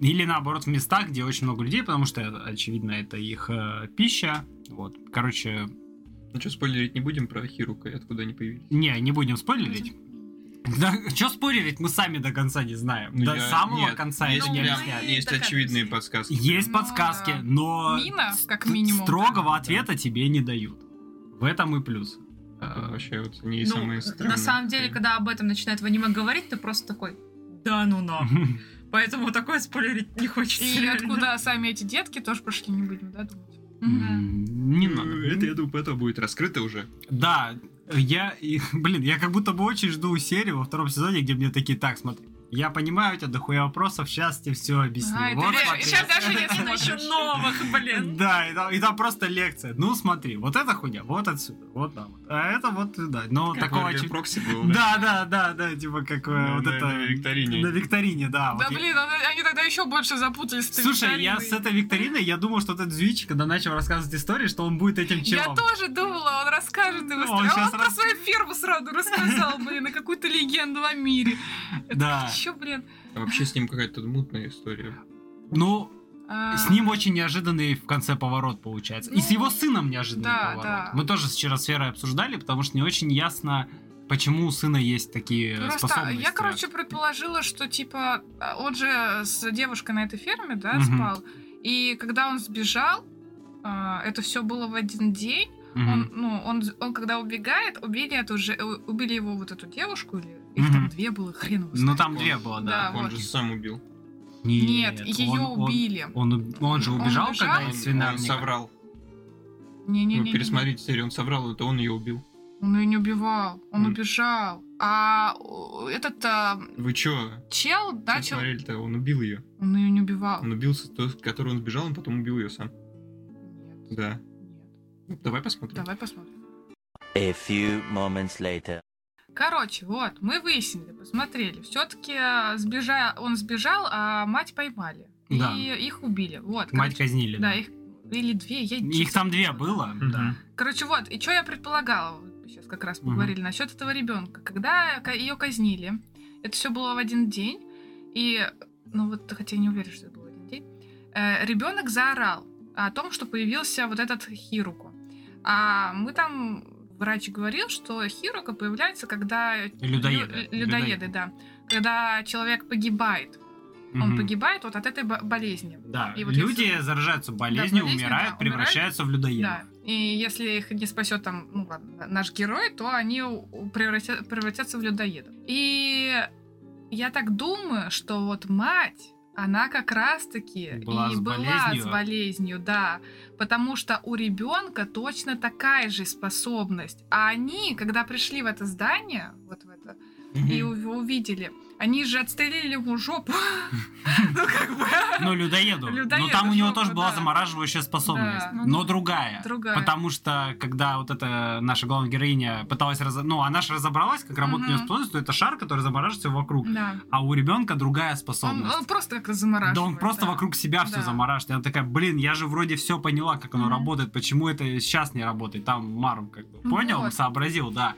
или наоборот в местах, где очень много людей, потому что, очевидно, это их э, пища. Вот. Короче, Ничего спойлерить не будем про Хирука и откуда они появились. не, не будем спойлерить. Да, что спойлерить, мы сами до конца не знаем. Ну, до я- самого нет, конца есть это не прям- объясняют. Есть Догадываюсь. очевидные подсказки. Есть Ну, подсказки, да. но Мина, ст- как минимум. строгого ответа тебе не дают. В этом и плюс. Э, А, Вообще, вот они и Ну, самые на странные. самом деле, когда об этом начинает в аниме говорить, ты просто такой, да ну на. (laughs) Поэтому такое спойлерить не хочется. И реально. откуда сами эти детки тоже пошли, не будем, да, думать. М, Не надо. Ну, Это, я думаю, потом будет раскрыто уже. Да, я, и, (laughs) блин, я как будто бы очень жду серию во втором сезоне, где мне такие, так, смотри, я понимаю, у тебя дохуя вопросов, сейчас тебе все объясню. А, это Вот реально, смотри». щас Сейчас даже не знаю еще новых, блин. Да, и там, и там просто лекция. Ну смотри, вот эта хуйня, вот отсюда, вот там. вот. А это вот, да, но такого... Такого очи- прокси был, Да, да, да, да, типа как э, На- вот на- это... на викторине. На викторине, да. Да А, вот я- блин, она- они тогда еще больше запутались. с этой Слушай, я викториной. с этой викториной, я думал, что этот Зюич, когда начал рассказывать истории, что он будет этим челом. Я тоже думала, он расскажет и Он быстро. А он щас про рас- свою ферму сразу рассказал, блин, и какую-то легенду о мире. Да. Еще, блин. А вообще с ним какая-то мутная история. Ну, а, С ним очень неожиданный в конце поворот получается. И с Ну, его сыном неожиданный да, поворот. да. Мы тоже вчера с Верой обсуждали, потому что не очень ясно, почему у сына есть такие Просто способности. я, короче, предположила, что типа он же с девушкой на этой ферме, да, Мгм. спал. И когда он сбежал, а, это все было в один день. Мгм. Он, ну, он, он когда убегает, убили эту же, э, убили его вот эту девушку или их Мгм. там две было, хрен его Ну знает. там две было, да. Да, Он вот. же сам убил. Нет, он- ее он- убили. Он, уб- он же Он убежал, убежал? когда Он- из Он, он свинарника? соврал. Не-не-не. ну, Вы пересмотрите серию, он соврал, это он ее убил. Он ее не убивал, он М. убежал. А о, этот а, Вы чё? чел Чё начал... смотрели-то? Он убил ее. Он ее не убивал. Он убил с той, с которой он сбежал, он потом убил ее сам. Нет. Да. Нет. Ну, Давай посмотрим. Давай посмотрим. A few moments later. Короче, вот, мы выяснили, посмотрели. Все-таки сбежал, он сбежал, а мать поймали. Да. И их убили. Вот. Мать короче, казнили. да, их или две, я не Их там две было, Мгм. да. Короче, вот, и что я предполагала, вот сейчас как раз поговорили насчет этого ребенка. Когда ее казнили, это все было в один день, и, ну вот, хотя я не уверена, что это был один день, ребенок заорал о том, что появился вот этот Хируку. А мы там, врач говорил, что Хирука появляется, когда... Людоеды. лю- людоеды, да. Когда человек погибает. Он Мгм. погибает вот от этой бо- болезни. Да, И вот люди если- заражаются болезнью, болезнью, умирают, да, превращаются в Да. людоедов. И если их не спасет там, ну ладно, наш герой, то они у- у- превратя- превратятся в людоедов. И я так думаю, что вот мать, она как раз-таки Была и с была болезнью. с болезнью, да. Потому что у ребенка точно такая же способность. А они, когда пришли в это здание, вот в это, и Мгм. ув- увидели, они же отстрелили ему жопу. (laughs) Ну, как бы. Ну, (laughs) людоеду. Но Людоеду, там у него жопу, тоже была да. замораживающая способность. Да. Но, другая. Другая. Потому что, когда вот эта наша главная героиня пыталась раз... Ну, она же разобралась, как работает ее Мгм. способность, то это шар, который замораживает все вокруг. Да. А у ребенка другая Он, способность. он просто как-то замораживает. Да он просто да. вокруг себя все Да. замораживает. И она такая, блин, я же вроде все поняла, как оно Мгм. работает, почему это сейчас не работает. Там Мару как бы понял, Вот. сообразил, да.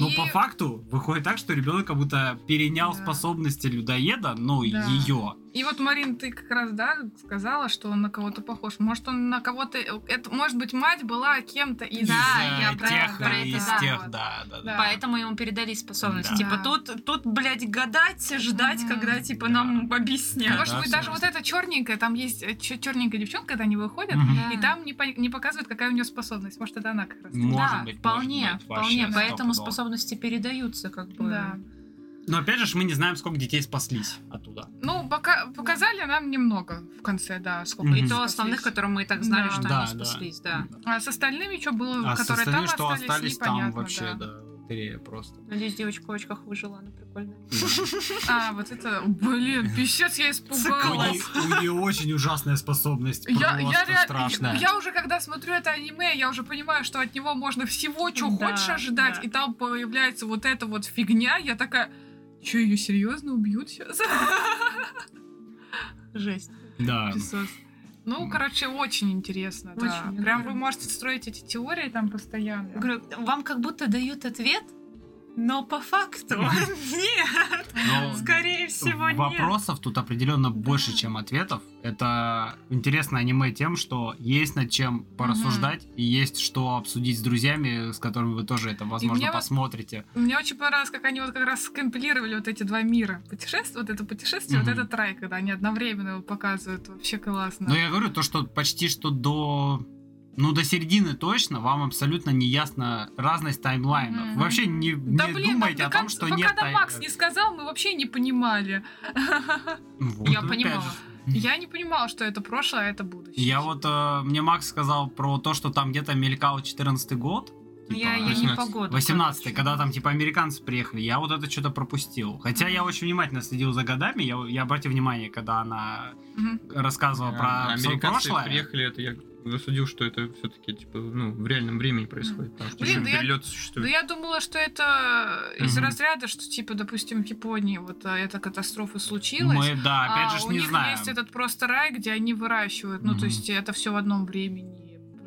Но И- по факту выходит так, что ребенок как будто перенял Да. способности людоеда, ну, Да. ее. И вот, Марин, ты как раз, да, сказала, что он на кого-то похож. Может, он на кого-то... Это, может быть, мать была кем-то из... Из, э, я про- тех, про э, это, из да, тех, вот. да, да, да. Да. Поэтому ему передали способности. Да. Типа Да. тут, тут, блядь, гадать, ждать, Мгм. когда типа Да. нам объяснят. Может да, быть, всё даже вот эта черненькая, там есть черненькая девчонка, когда они выходят, Мгм. Да. и там не, по- не показывают, какая у нее способность. Может, это она как раз. М. Может да, быть, вполне, может быть, вполне. вообще Поэтому стопудово. способности передаются, как бы. Да. Но опять же, ж мы не знаем, сколько детей спаслись оттуда. Ну, пока, показали нам немного в конце, да, сколько. Мгм. И их то спаслись. основных, которые мы и так знали, Да. что Да, они да. спаслись, да. А с остальными что было, А с которые там остальными, что остались, остались, там непонятно, вообще, да. да, лотерея просто. Надеюсь, девочка в очках выжила, она прикольная. А, вот это, блин, писец, я У испугалась. нее- у нее очень ужасная способность, Я, я, просто реаль- страшная. я уже когда смотрю это аниме, я уже понимаю, что от него можно всего, что Да, хочешь ожидать, да. и там появляется вот эта вот фигня, я такая, что ее серьезно убьют сейчас? Жесть. Да. Писос. Ну, короче, очень интересно, да. Очень, я Прям говорю. вы можете строить эти теории там постоянно. Говорю, вам как будто дают ответ, но по факту (laughs) нет. Но Скорее всего, нет. Вопросов тут определенно больше, чем ответов. Это интересное аниме тем, что есть над чем порассуждать и есть что обсудить с друзьями, с которыми вы тоже это, возможно, мне вот- посмотрите. Мне очень понравилось, как они вот как раз скомпилировали вот эти два мира. Путешествие, вот это путешествие, вот Мгм. этот рай, когда они одновременно его показывают. Вообще классно. Но я говорю, то, что почти что до... Ну, до середины точно вам абсолютно не ясно разность таймлайнов. Мгм. Вы Вообще не, да не блин, думайте там о до том, кон- что пока нет... до тай- Макс не сказал, мы вообще не понимали. (laughs) Вот, Я Ну, опять понимала. же. Я не понимала, что это прошлое, а это будущее. Я вот... э, мне Макс сказал про то, что там где-то мелькал 14 год. Ну, Я Типа, я не 18. погода. 18 когда там типа американцы приехали, я вот это что-то пропустил. Хотя я очень внимательно следил за годами, я, я обратил внимание, когда она Мгм. рассказывала А, Ну, про свое Американцы прошлое. приехали, это я засудил, что это все-таки типа ну в реальном времени происходит, потому что Блин, еще да я- перелет Да существует. Ну, я думала, что это из Мгм. разряда, что типа, допустим, в Японии вот а, эта катастрофа случилась. Мы, да, опять а же ж у не них знаем. есть этот просто рай, где они выращивают. Ну, Мгм. то есть это все в одном времени.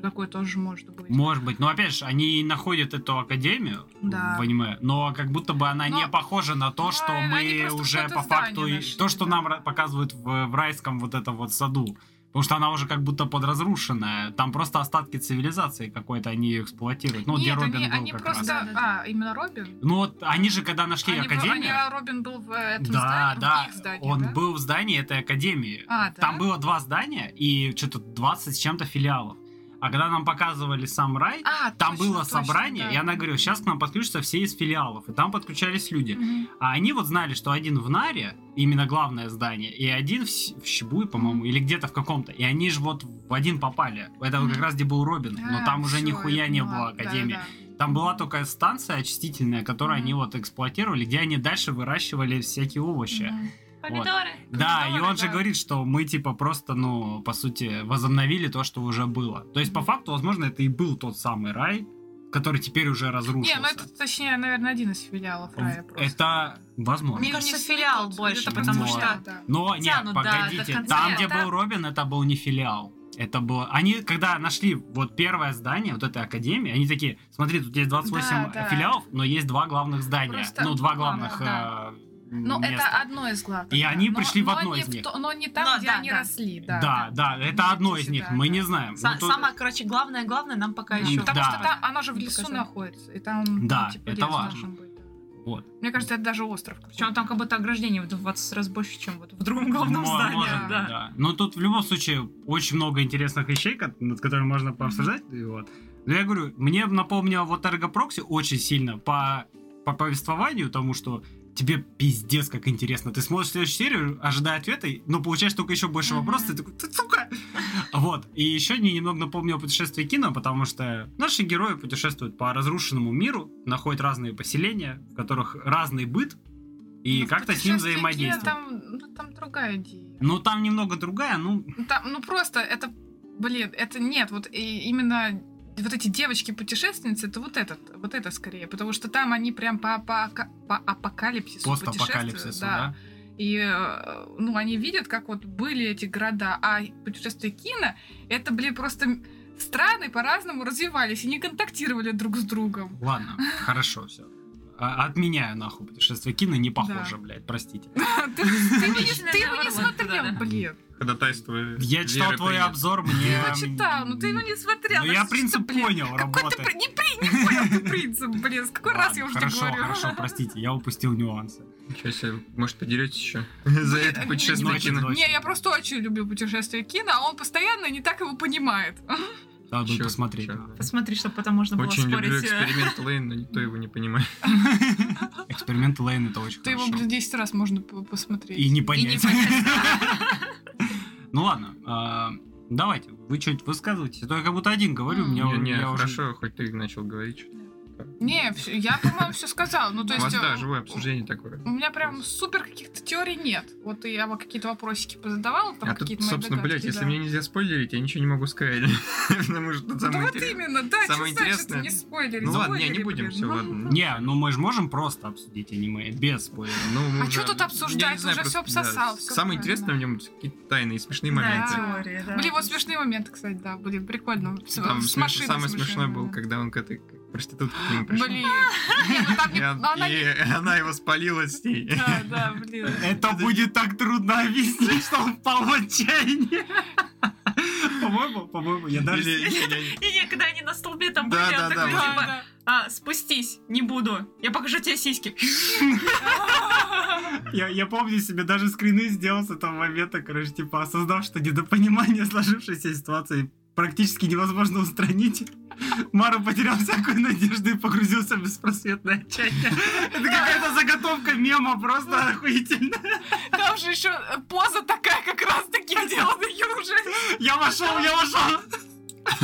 Такое тоже может быть. Может быть, но опять же, они находят эту академию Да. в аниме, но как будто бы она Но- не похожа на то, Ну, что они мы просто уже что-то по факту, здание и- нашли, то, что да. нам ра- показывают в, в райском вот этом вот саду. Потому что она уже как будто подразрушенная. Там просто остатки цивилизации какой-то они ее эксплуатируют. Ну, где Нет, Робин они, был они как просто... раз. А, именно Робин? Ну вот они же, когда нашли Они, в- Академию... они, а, Робин был в этом Да, здании, в да, их здании, он да? был в здании этой академии. А, да? Там было два здания и что-то 20 с чем-то филиалов. А когда нам показывали сам рай, А, там точно, было точно, собрание, да. и она говорила, сейчас к нам подключатся все из филиалов. И там подключались люди. Мгм. А они вот знали, что один в Наре, именно главное здание, и один в, Щ- в Щебуе, по-моему, или где-то в каком-то. И они же вот в один попали. Это вот как раз где был Робин. А, но там уже всё, нихуя я не поняла. было Академии. Да, Там была только станция очистительная, которую Мгм. они вот эксплуатировали, где они дальше выращивали всякие овощи. да. Мгм. Помидоры. Да, и Помидоры, он же да. говорит, что мы типа просто, ну, по сути, возобновили то, что уже было. То есть, по факту, возможно, это и был тот самый рай, который теперь уже разрушился. Не, ну это, точнее, наверное, один из филиалов рая просто. Это возможно. Мне кажется, филиал Где-то больше, потому филиал, что- ну да. Но Тянут, нет, да, до погодите, конца. там, где Там- был Робин, это был не филиал. Это было... Они, когда нашли вот первое здание вот этой академии, они такие, смотри, тут есть 28 Да, да. филиалов, но есть два главных здания. Просто ну, два два главных, главных да. э, Ну, места. это одно из главных. И да. они Но- пришли в но одно не из в них. то- Но не там, Но где да, они да. росли, да. Да, да, это Не одно эти из сюда, них, мы да. не знаем. Са- Ну, то- Самое, короче, главное, главное нам пока Ну, еще. да. Потому что там, а, она же в Не лесу показали. находится, и там, Да, ну, типа, это лес важно. должен быть, да. Вот. Мне кажется, это даже остров. Причем там как будто ограждение в 20 раз больше, чем вот в другом главном Мо- здании. Ну, может быть, да. да. Но тут в любом случае очень много интересных вещей, ко- над которыми можно пообсуждать. и Вот. Но я говорю, мне напомнило вот Эрго Прокси очень сильно по, по повествованию, тому что тебе пиздец как интересно. Ты смотришь следующую серию, ожидая ответа, и- но получаешь только еще больше Мгм. вопросов, ты такой, «Ты, сука! (laughs) Вот. И еще мне немного напомнило путешествие кино, потому что наши герои путешествуют по разрушенному миру, находят разные поселения, в которых разный быт, и Ну, в как-то с ним путешествии кино взаимодействуют. Там, ну, там другая идея. Ну, там немного другая, ну, Ну, Там, ну просто это, блин, это нет, вот и- именно вот эти девочки-путешественницы, это вот этот, вот это скорее, потому что там они прям по, апока- по апокалипсису путешествуют, постапокалипсису, да. И, э, ну, они видят, как вот были эти города, а путешествие кино, это, блин, просто м- страны по-разному развивались и не контактировали друг с другом. (laughs) Ладно, хорошо, все. Отменяю нахуй путешествие кино, не похоже, Да. блядь, простите. Ты ты его не- Отличная ты его не заворот, да, да. смотрел, блин. Ходатайство Я читал Веры твой принято. обзор, мне... Ты его читал, но ты его не смотрел. Ну, Ну я что ж ты, принцип блин? понял, Какой ты работает. при- не, при- не понял ты принцип, блин. с Какой раз Ладно, я уже тебе хорошо, говорю. (laughs) Хорошо, простите, я упустил нюансы. Ничего себе, может, подеретесь (laughs) еще за это Не, путешествие не, ночью, кино. ночью. Не, я просто очень люблю путешествие кино, а он постоянно не так его понимает. (laughs) Надо будет Чёрт, посмотреть. чёрт. нахуй. Посмотри, чтобы потом можно было Очень люблю спорить. э, эксперимент Лейн, но никто его не понимает. Эксперимент Лейн это очень Ты его, хорошо. блин, 10 раз можно п- посмотреть. И не понять. (laughs) Ну ладно, а, давайте, вы что-нибудь высказываете. То я как будто один говорю, у меня Не, уже- не, я уже- хорошо, хоть ты начал говорить. что-то. Не, всё- я, по-моему, все сказала. Ну, то У вас, есть... да, э, живое обсуждение такое. У меня прям супер каких-то теорий нет. Вот я вам какие-то вопросики позадавала, там А тут, какие-то мои собственно, догадки, блядь, если да. мне нельзя спойлерить, я ничего не могу сказать. (laughs) Потому что тут Ну самое вот интересное. именно, да, что самое значит интересное- не спойлерить. Ну ладно, не, не Спойлери, будем, блин, все, ну. ладно. Не, ну мы же можем просто обсудить аниме, без спойлеров. (laughs) Ну, мы А уже- чё тут я обсуждать? не знаю, Уже просто, всё обсосал, да, всё Самое правильно. интересное в нем какие-то тайные, смешные Да, моменты. теория, да. Были вот смешные моменты, кстати, да, были прикольно. С, Там ну, с смеш- машиной самый смешные, смешной да. был, когда он к этой к проститутке к нему пришел. Блин. (laughs) Не, ну там И, не- он- ну она и не- (laughs) она его спалила с ней. Да, да, блин. Это будет так трудно объяснить, что он впал в отчаяние. По-моему, по-моему, я даже... Или- не-не-не. И я, когда они на столбе там были, Да, я да, такой, да, вот. типа, Да, «А, спустись, не буду. Я покажу тебе сиськи. Я, я помню себе, даже скрины сделал с этого момента, короче, типа, осознав, что недопонимание сложившейся ситуации практически невозможно устранить. Мару потерял всякую надежду и погрузился в беспросветное отчаяние. Это какая-то заготовка мема, просто охуительно. да. Типа, Там же еще поза такая как раз таки делала (laughs) ее уже. Я вошел, я вошел.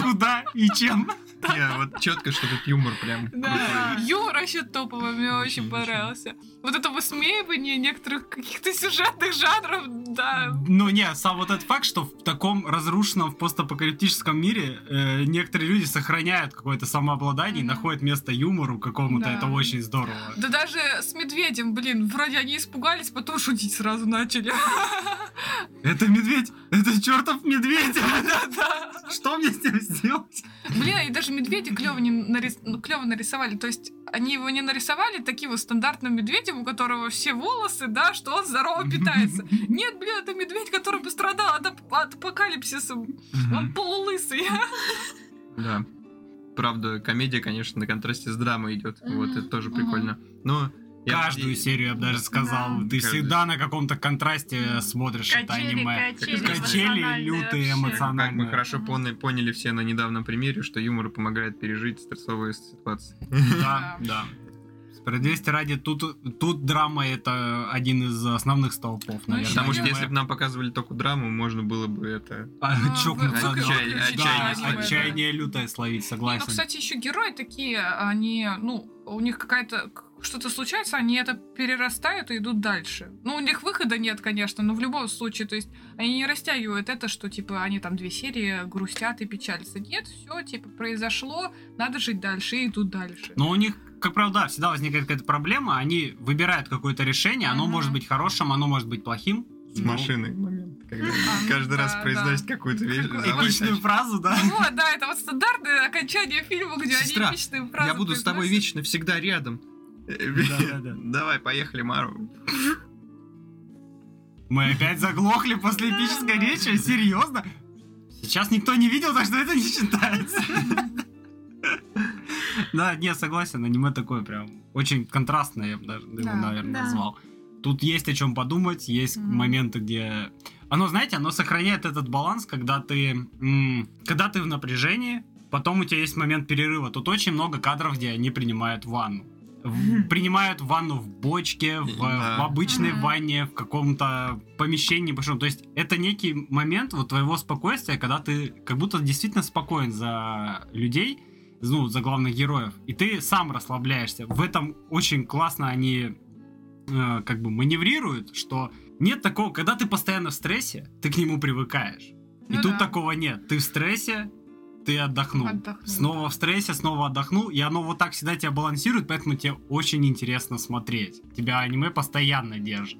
Куда и чем? Не, вот четко, что тут юмор прям. Да. (laughs) Юмор вообще топовый, мне Очень, очень очень. понравился. Вот это высмеивание некоторых каких-то (laughs) сюжетных жанров, да. Ну не, сам вот этот факт, что в таком разрушенном в постапокалиптическом мире э, некоторые люди сохраняют какое-то самообладание и Мгм. находят место юмору какому-то, Да. это очень здорово. Да даже с медведем, блин, вроде они испугались, потом шутить сразу начали. (laughs) Это медведь, это чертов медведь. (laughs) Да. Что мне с ним сделать? Блин, и даже медведя клево, ну, нарисовали. То есть э, они его не нарисовали таким вот стандартным медведем, у которого все волосы, да, что он здорово питается. (laughs) Нет, блин, это медведь, который пострадал от, ап- от апокалипсиса. Он полулысый. Да. Правда, комедия, конечно, на контрасте с драмой идет. Вот Мгм. это тоже Мгм. прикольно. Но я- Каждую серию я бы даже сказал. Да. Ты Каждую всегда на каком-то контрасте смотришь это Качели, аниме. качели, Качели эмоциональные лютые, вообще. Как мы эмоциональные. хорошо поняли, поняли все на недавнем примере, что юмор помогает пережить стрессовые ситуации. Да, да. Справедливости ради, тут, тут драма это один из основных столпов, Ну, наверное. ещё Потому что аниме. если бы нам показывали только драму, можно было бы это... А, Ну, чокнуться. вы- да. Отчаяние- выключите Да, отчаяние аниме, да. словить. отчаяние лютое словить, Не, ну, согласен. кстати, еще герои такие, они, ну, у них какая-то к- что-то случается, они это перерастают и идут дальше. Ну, у них выхода нет, конечно, но в любом случае, то есть они не растягивают это, что, типа, они там две серии грустят и печалятся. Нет, все, типа, произошло, надо жить дальше и идут дальше. Ну, Но у них, как правило, да, всегда возникает какая-то проблема, они выбирают какое-то решение, оно Мгм. может быть хорошим, оно может быть плохим. С Ну, машиной момент, (laughs) когда А, каждый раз да, произносит ну какую-то вещь. Какую- забыть (laughs) о Эпичную чем. фразу, да? (laughs) Вот, да, это вот стандартное окончание фильма, где Сестра, они эпичные фразы Я буду с тобой произносят. вечно, всегда рядом. (laughs) Да-да-да. (laughs) Давай, поехали, Мару. Мы опять заглохли после эпической речи, серьезно? Сейчас никто не видел, так что это не считается. Да, не, согласен, аниме такое прям очень контрастное, я бы даже его, Да. наверное, Да. назвал. Тут есть о чем подумать, есть Мгм. моменты, где... Оно, знаете, оно сохраняет этот баланс, когда ты, м, когда ты в напряжении, потом у тебя есть момент перерыва. Тут очень много кадров, где они принимают ванну. (laughs) В- Принимают ванну в бочке, в, Да. в обычной Мгм. ванне, в каком-то помещении большом. То есть это некий момент вот твоего спокойствия, когда ты как будто действительно спокоен за людей, ну, за главных героев, и ты сам расслабляешься. В этом очень классно они э, как бы маневрируют, что нет такого, когда ты постоянно в стрессе, ты к нему привыкаешь. И Ну тут да. такого нет. Ты в стрессе, ты отдохнул. Отдохнул, Снова в стрессе, снова отдохнул. И оно вот так всегда тебя балансирует, поэтому тебе очень интересно смотреть. Тебя аниме постоянно держит.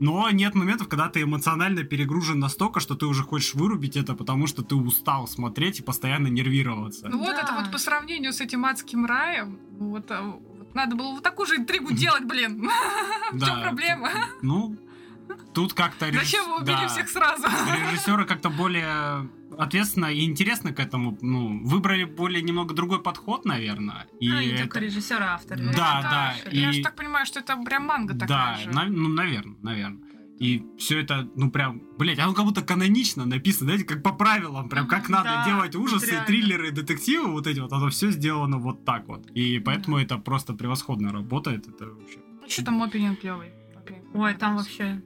Но нет моментов, когда ты эмоционально перегружен настолько, что ты уже хочешь вырубить это, потому что ты устал смотреть и постоянно нервироваться. Ну вот Да. это вот по сравнению с этим адским раем, вот, а, вот надо было вот такую (laughs) же интригу делать, блин. (laughs) В чем Да. проблема? Ну, тут как-то... реж- Зачем вы убили да. всех сразу? режиссеры как-то более ответственно и интересно к этому, ну, выбрали более немного другой подход, наверное. И Ну, и только это- режиссер и а автор. Ну, Да, реально. да, Хорошо. и- Я же так понимаю, что это прям манга такая да, же. на- ну, наверное, наверное. И все это, ну прям, блять, оно как будто канонично написано, знаете, как по правилам, прям как Мгм, надо да, делать вот ужасы, реально. триллеры, детективы, вот эти вот, оно все сделано вот так вот. И поэтому это просто превосходно работает, это вообще. Еще Ну, там опенинг клевый. Ой, там вообще...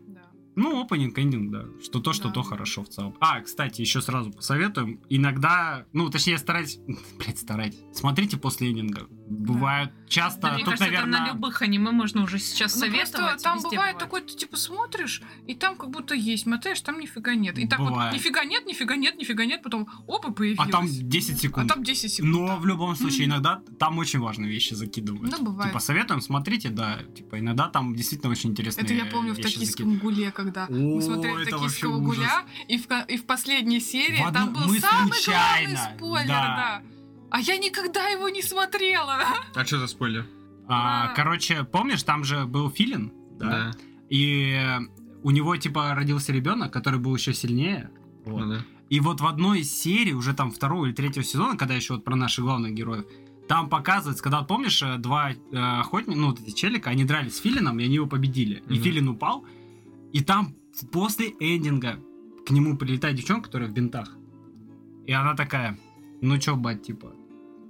Ну, опенинг, эндинг, да. Что то, что Да. то хорошо в целом. А, кстати, еще сразу посоветуем. Иногда, ну, точнее, старайтесь... (laughs) Блять, старайтесь. Смотрите после эндинга. Бывают часто... Да, мне тут, кажется, наверное... там на любых аниме можно уже сейчас Ну, советовать. просто там везде бывает такой, ты типа смотришь, и там как будто есть, мотаешь, там нифига нет. И так вот, Бывает. нифига нет, нифига нет, нифига нет, потом опа, А появилось. там 10 А секунд. там 10 секунд. Но да. в любом случае, иногда там очень важные вещи закидывают. Ну, бывает. Типа, советуем, смотрите, да. Типа, иногда там действительно очень интересные Это я помню в вещи закидывают. токийском гуле, когда О, мы смотрели это токийского вообще ужас. гуля, и в, ко- и в последней серии В там одну- был мы самый случайно, главный спойлер, да. да. А я никогда его не смотрела. А что за спойлер? А, Да. Короче, помнишь, там же был Филин? Да. И э, у него, типа, родился ребенок, который был еще сильнее. Вот. Ну да. И вот в одной из серий, уже там второго или третьего сезона, когда еще вот про наших главных героев, там показывается, когда, помнишь, э, два э, охотника, ну, вот эти челика, они дрались с Филином, и они его победили. И Мгм. Филин упал, и там после эндинга к нему прилетает девчонка, которая в бинтах. И она такая, ну чё, бать, типа,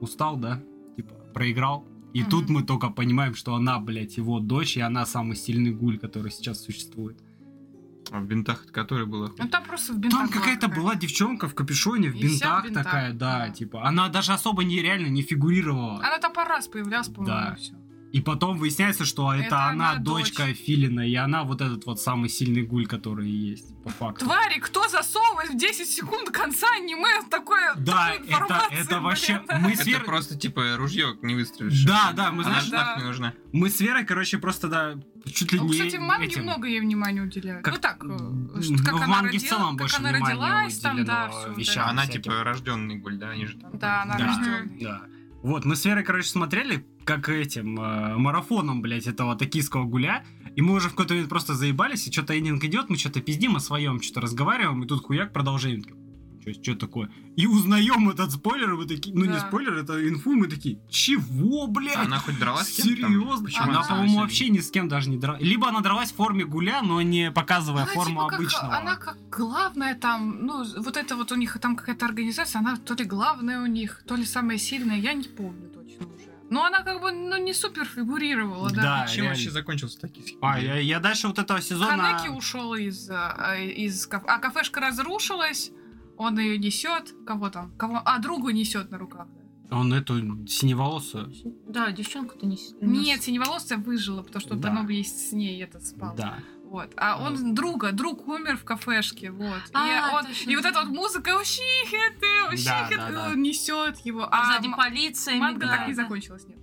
устал, да? Типа, проиграл. И Мгм. тут мы только понимаем, что она, блядь, его дочь, и она самый сильный гуль, который сейчас существует. А в бинтах который был Ну охуенно. там просто в бинтах Там какая-то была девчонка в капюшоне, в И вся бинтах в бинтах, такая, да, да. А типа. Она даже особо нереально не фигурировала. Она там пару раз появлялась, по-моему, Да. и всё. И потом выясняется, что это, Это она, она, дочка Филина, и она вот этот вот самый сильный гуль, который и есть, по факту. Твари, кто засовывает в 10 секунд конца аниме такое? Да, такую это, информацию, это блин? вообще... Мы с Это Верой... просто типа ружье не выстрелишь. Да, да, мы, Она знаешь, ж да. нахуй не нужна. мы с Верой, короче, просто, да, чуть ли Ну, не кстати, в манге этим. много ей внимания уделяют. Как- Ну так, Ну, э, что- как в она манге в родила- целом как больше она внимания родилась, там, да, уделено всё, да. вещам. Она всяким. типа рожденный гуль, да, они же там. Да, она Да. рождённая. Да. Вот, мы с Верой, короче, смотрели, как этим э, марафоном, блядь, этого токийского гуля. И мы уже в какой-то момент просто заебались, и что-то эндинг идет, мы что-то пиздим о своем, что-то разговариваем, и тут хуяк продолжение. Что такое? И узнаем этот спойлер, и мы такие, ну не Да. спойлер, это инфу, и мы такие, чего, блядь? Она хоть дралась с кем-то там? Серьезно? Почему Она, с нами по-моему, сидит? вообще ни с кем даже не дралась. Либо она дралась в форме гуля, но не показывая Она форму типа как- обычного. она как главная там, ну, вот это вот у них там какая-то организация, она то ли главная у них, то ли самая сильная, я не помню точно уже. Но она как бы, ну, не супер фигурировала, да. Да, Чем реально. вообще закончился такие А, я, я дальше вот этого сезона... Канеки ушел из, а, из кафе. А кафешка разрушилась, он ее несет. Кого там? Кого? А, другу несет на руках. Он эту синеволосую. Да, девчонка-то не... с- не Нет, синеволосая выжила, потому что Да. потом есть с ней этот спал. Да. Вот. А он друга, друг умер в кафешке, вот. А, и он- точно, и вот эта да. вот музыка «Ущихе ты, ущихе Да, ты», да, да. он несет его. с- А Сзади м- полиция, манга мигает. так не закончилась, нет.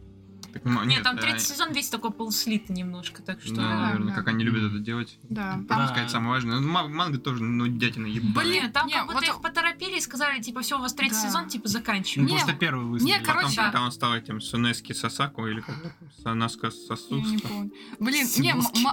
Так, м- Нет, э, там а, третий сезон весь такой полуслитый немножко, так ну, что... Да. наверное, как они любят это делать. Да. Да. А. Там, сказать, самое важное. Ну, ма- манга тоже, ну, дятина ебаная. Блин, там Не, как будто вот- их поторопили и сказали, типа, все, у вас третий Да. сезон, типа, Ну, заканчиваем. Не, просто первый выстрел. не, короче, Потом, да. когда он стал этим Сунески Сасаку или как там, Санаска Я не Сасуско. помню. Блин, не, м- Симоновский.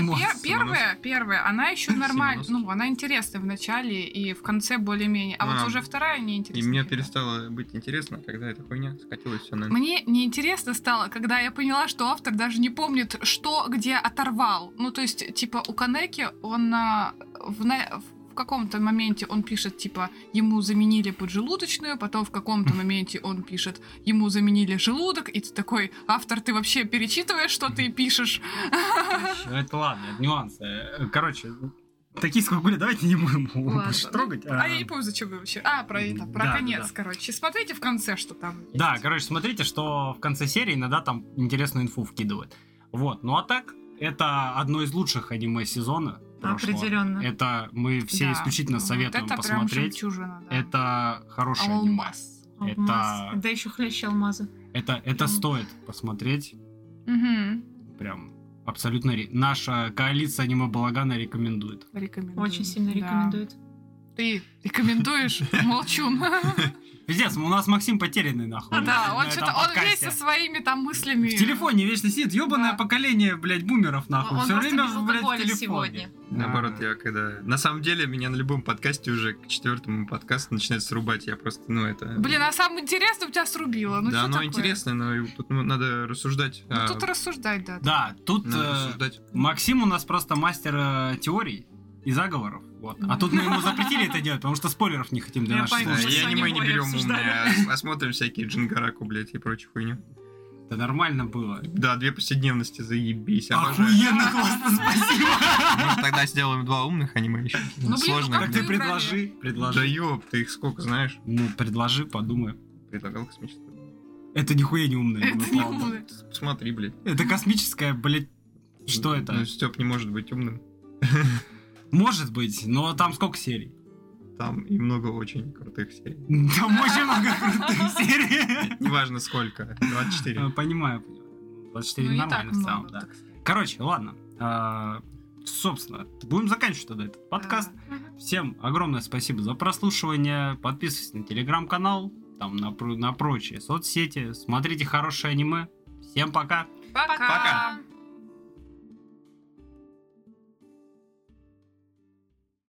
м- Симон- манга пер- первая, первая, она еще нормально, Симоновский. ну, она интересная в начале и в конце более-менее, а вот А, уже вторая неинтересная. И мне была. перестало быть интересно, когда эта хуйня скатилась все на... Мне неинтересно стало, когда я поняла, что автор даже не помнит, что где оторвал. Ну, то есть, типа, у Канеки он а, в, на- в каком-то моменте он пишет, типа, ему заменили поджелудочную, потом в каком-то моменте он пишет, ему заменили желудок, и ты такой, автор, ты вообще перечитываешь, что ты пишешь? (laughs) Ну, это ладно, это нюансы. Э, Короче, токийского гуля давайте не будем Ладно. больше трогать. А я не помню, зачем вы вообще. А, про это, про Эм, Да, да, конец, да. короче. Смотрите в конце, что там есть. Да, короче, смотрите, что в конце серии иногда там интересную инфу вкидывают. Вот, ну а так, это одно из лучших аниме сезона прошлого. Определенно. Это мы все Да. исключительно Вот советуем это прям посмотреть. жемчужина, А да. Это хорошее аниме. Алмаз. Алмаз. Это, Да еще хлещ алмаза. это, это стоит посмотреть. Мгм. Прям абсолютно. ре- Наша коалиция аниме Балагана рекомендует. Рекомендую. Очень сильно Да. рекомендует. Ты рекомендуешь? (laughs) (laughs) Молчун. Пиздец, у нас Максим потерянный нахуй. Да, на он этом что-то, он весь подкасте. со своими там мыслями. В телефоне вечно сидит ебаное Да. поколение, блядь, бумеров, нахуй. Он Все просто время, без блядь, в алкоголя телефоне. сегодня. Да. Наоборот, я когда... На самом деле, меня на любом подкасте уже к четвертому подкасту начинает срубать. Я просто, ну, это... Блин, а самое интересное у тебя срубило. Ну, да, что оно такое? интересное, но и тут ну, надо рассуждать. Ну, а, тут рассуждать, да. Эм, Да, тут надо э, рассуждать. Максим у нас просто мастер э, теорий и заговоров. Вот. А тут мы ему запретили это делать, потому что спойлеров не хотим для Я наших пойму. Да, уже слушателей. Я Соня аниме не Боря берем обсуждали. умные, а смотрим всякие джингараку, блядь, и прочую хуйню. Это нормально было. Да, две повседневности, заебись. Обожаю. Охуенно классно, спасибо. Может, тогда сделаем два умных аниме еще. Ну, блин, Сложно. ну Так как ты выбрали. предложи, Да предложи. ёб, ты их сколько знаешь? Ну, предложи, подумай. Предлагал космическое. Это нихуя не умное. Это аниме, не ну, правда. умное. Смотри, блядь. Это космическое, блядь. Что это? Ну, Степ не может быть умным. Может быть, но там сколько серий? (laughs) Там и много очень крутых серий. Там очень много крутых серий. Неважно сколько. 24. Э, Понимаю, понимаю. 24 Ну, и нормально так в целом, много, да. так сказать. Короче, ладно. А, Собственно, будем заканчивать тогда этот подкаст. Всем огромное спасибо за прослушивание. Подписывайтесь на телеграм-канал, там на, про- на прочие соцсети. Смотрите хорошее аниме. Всем пока! Пока. Пока.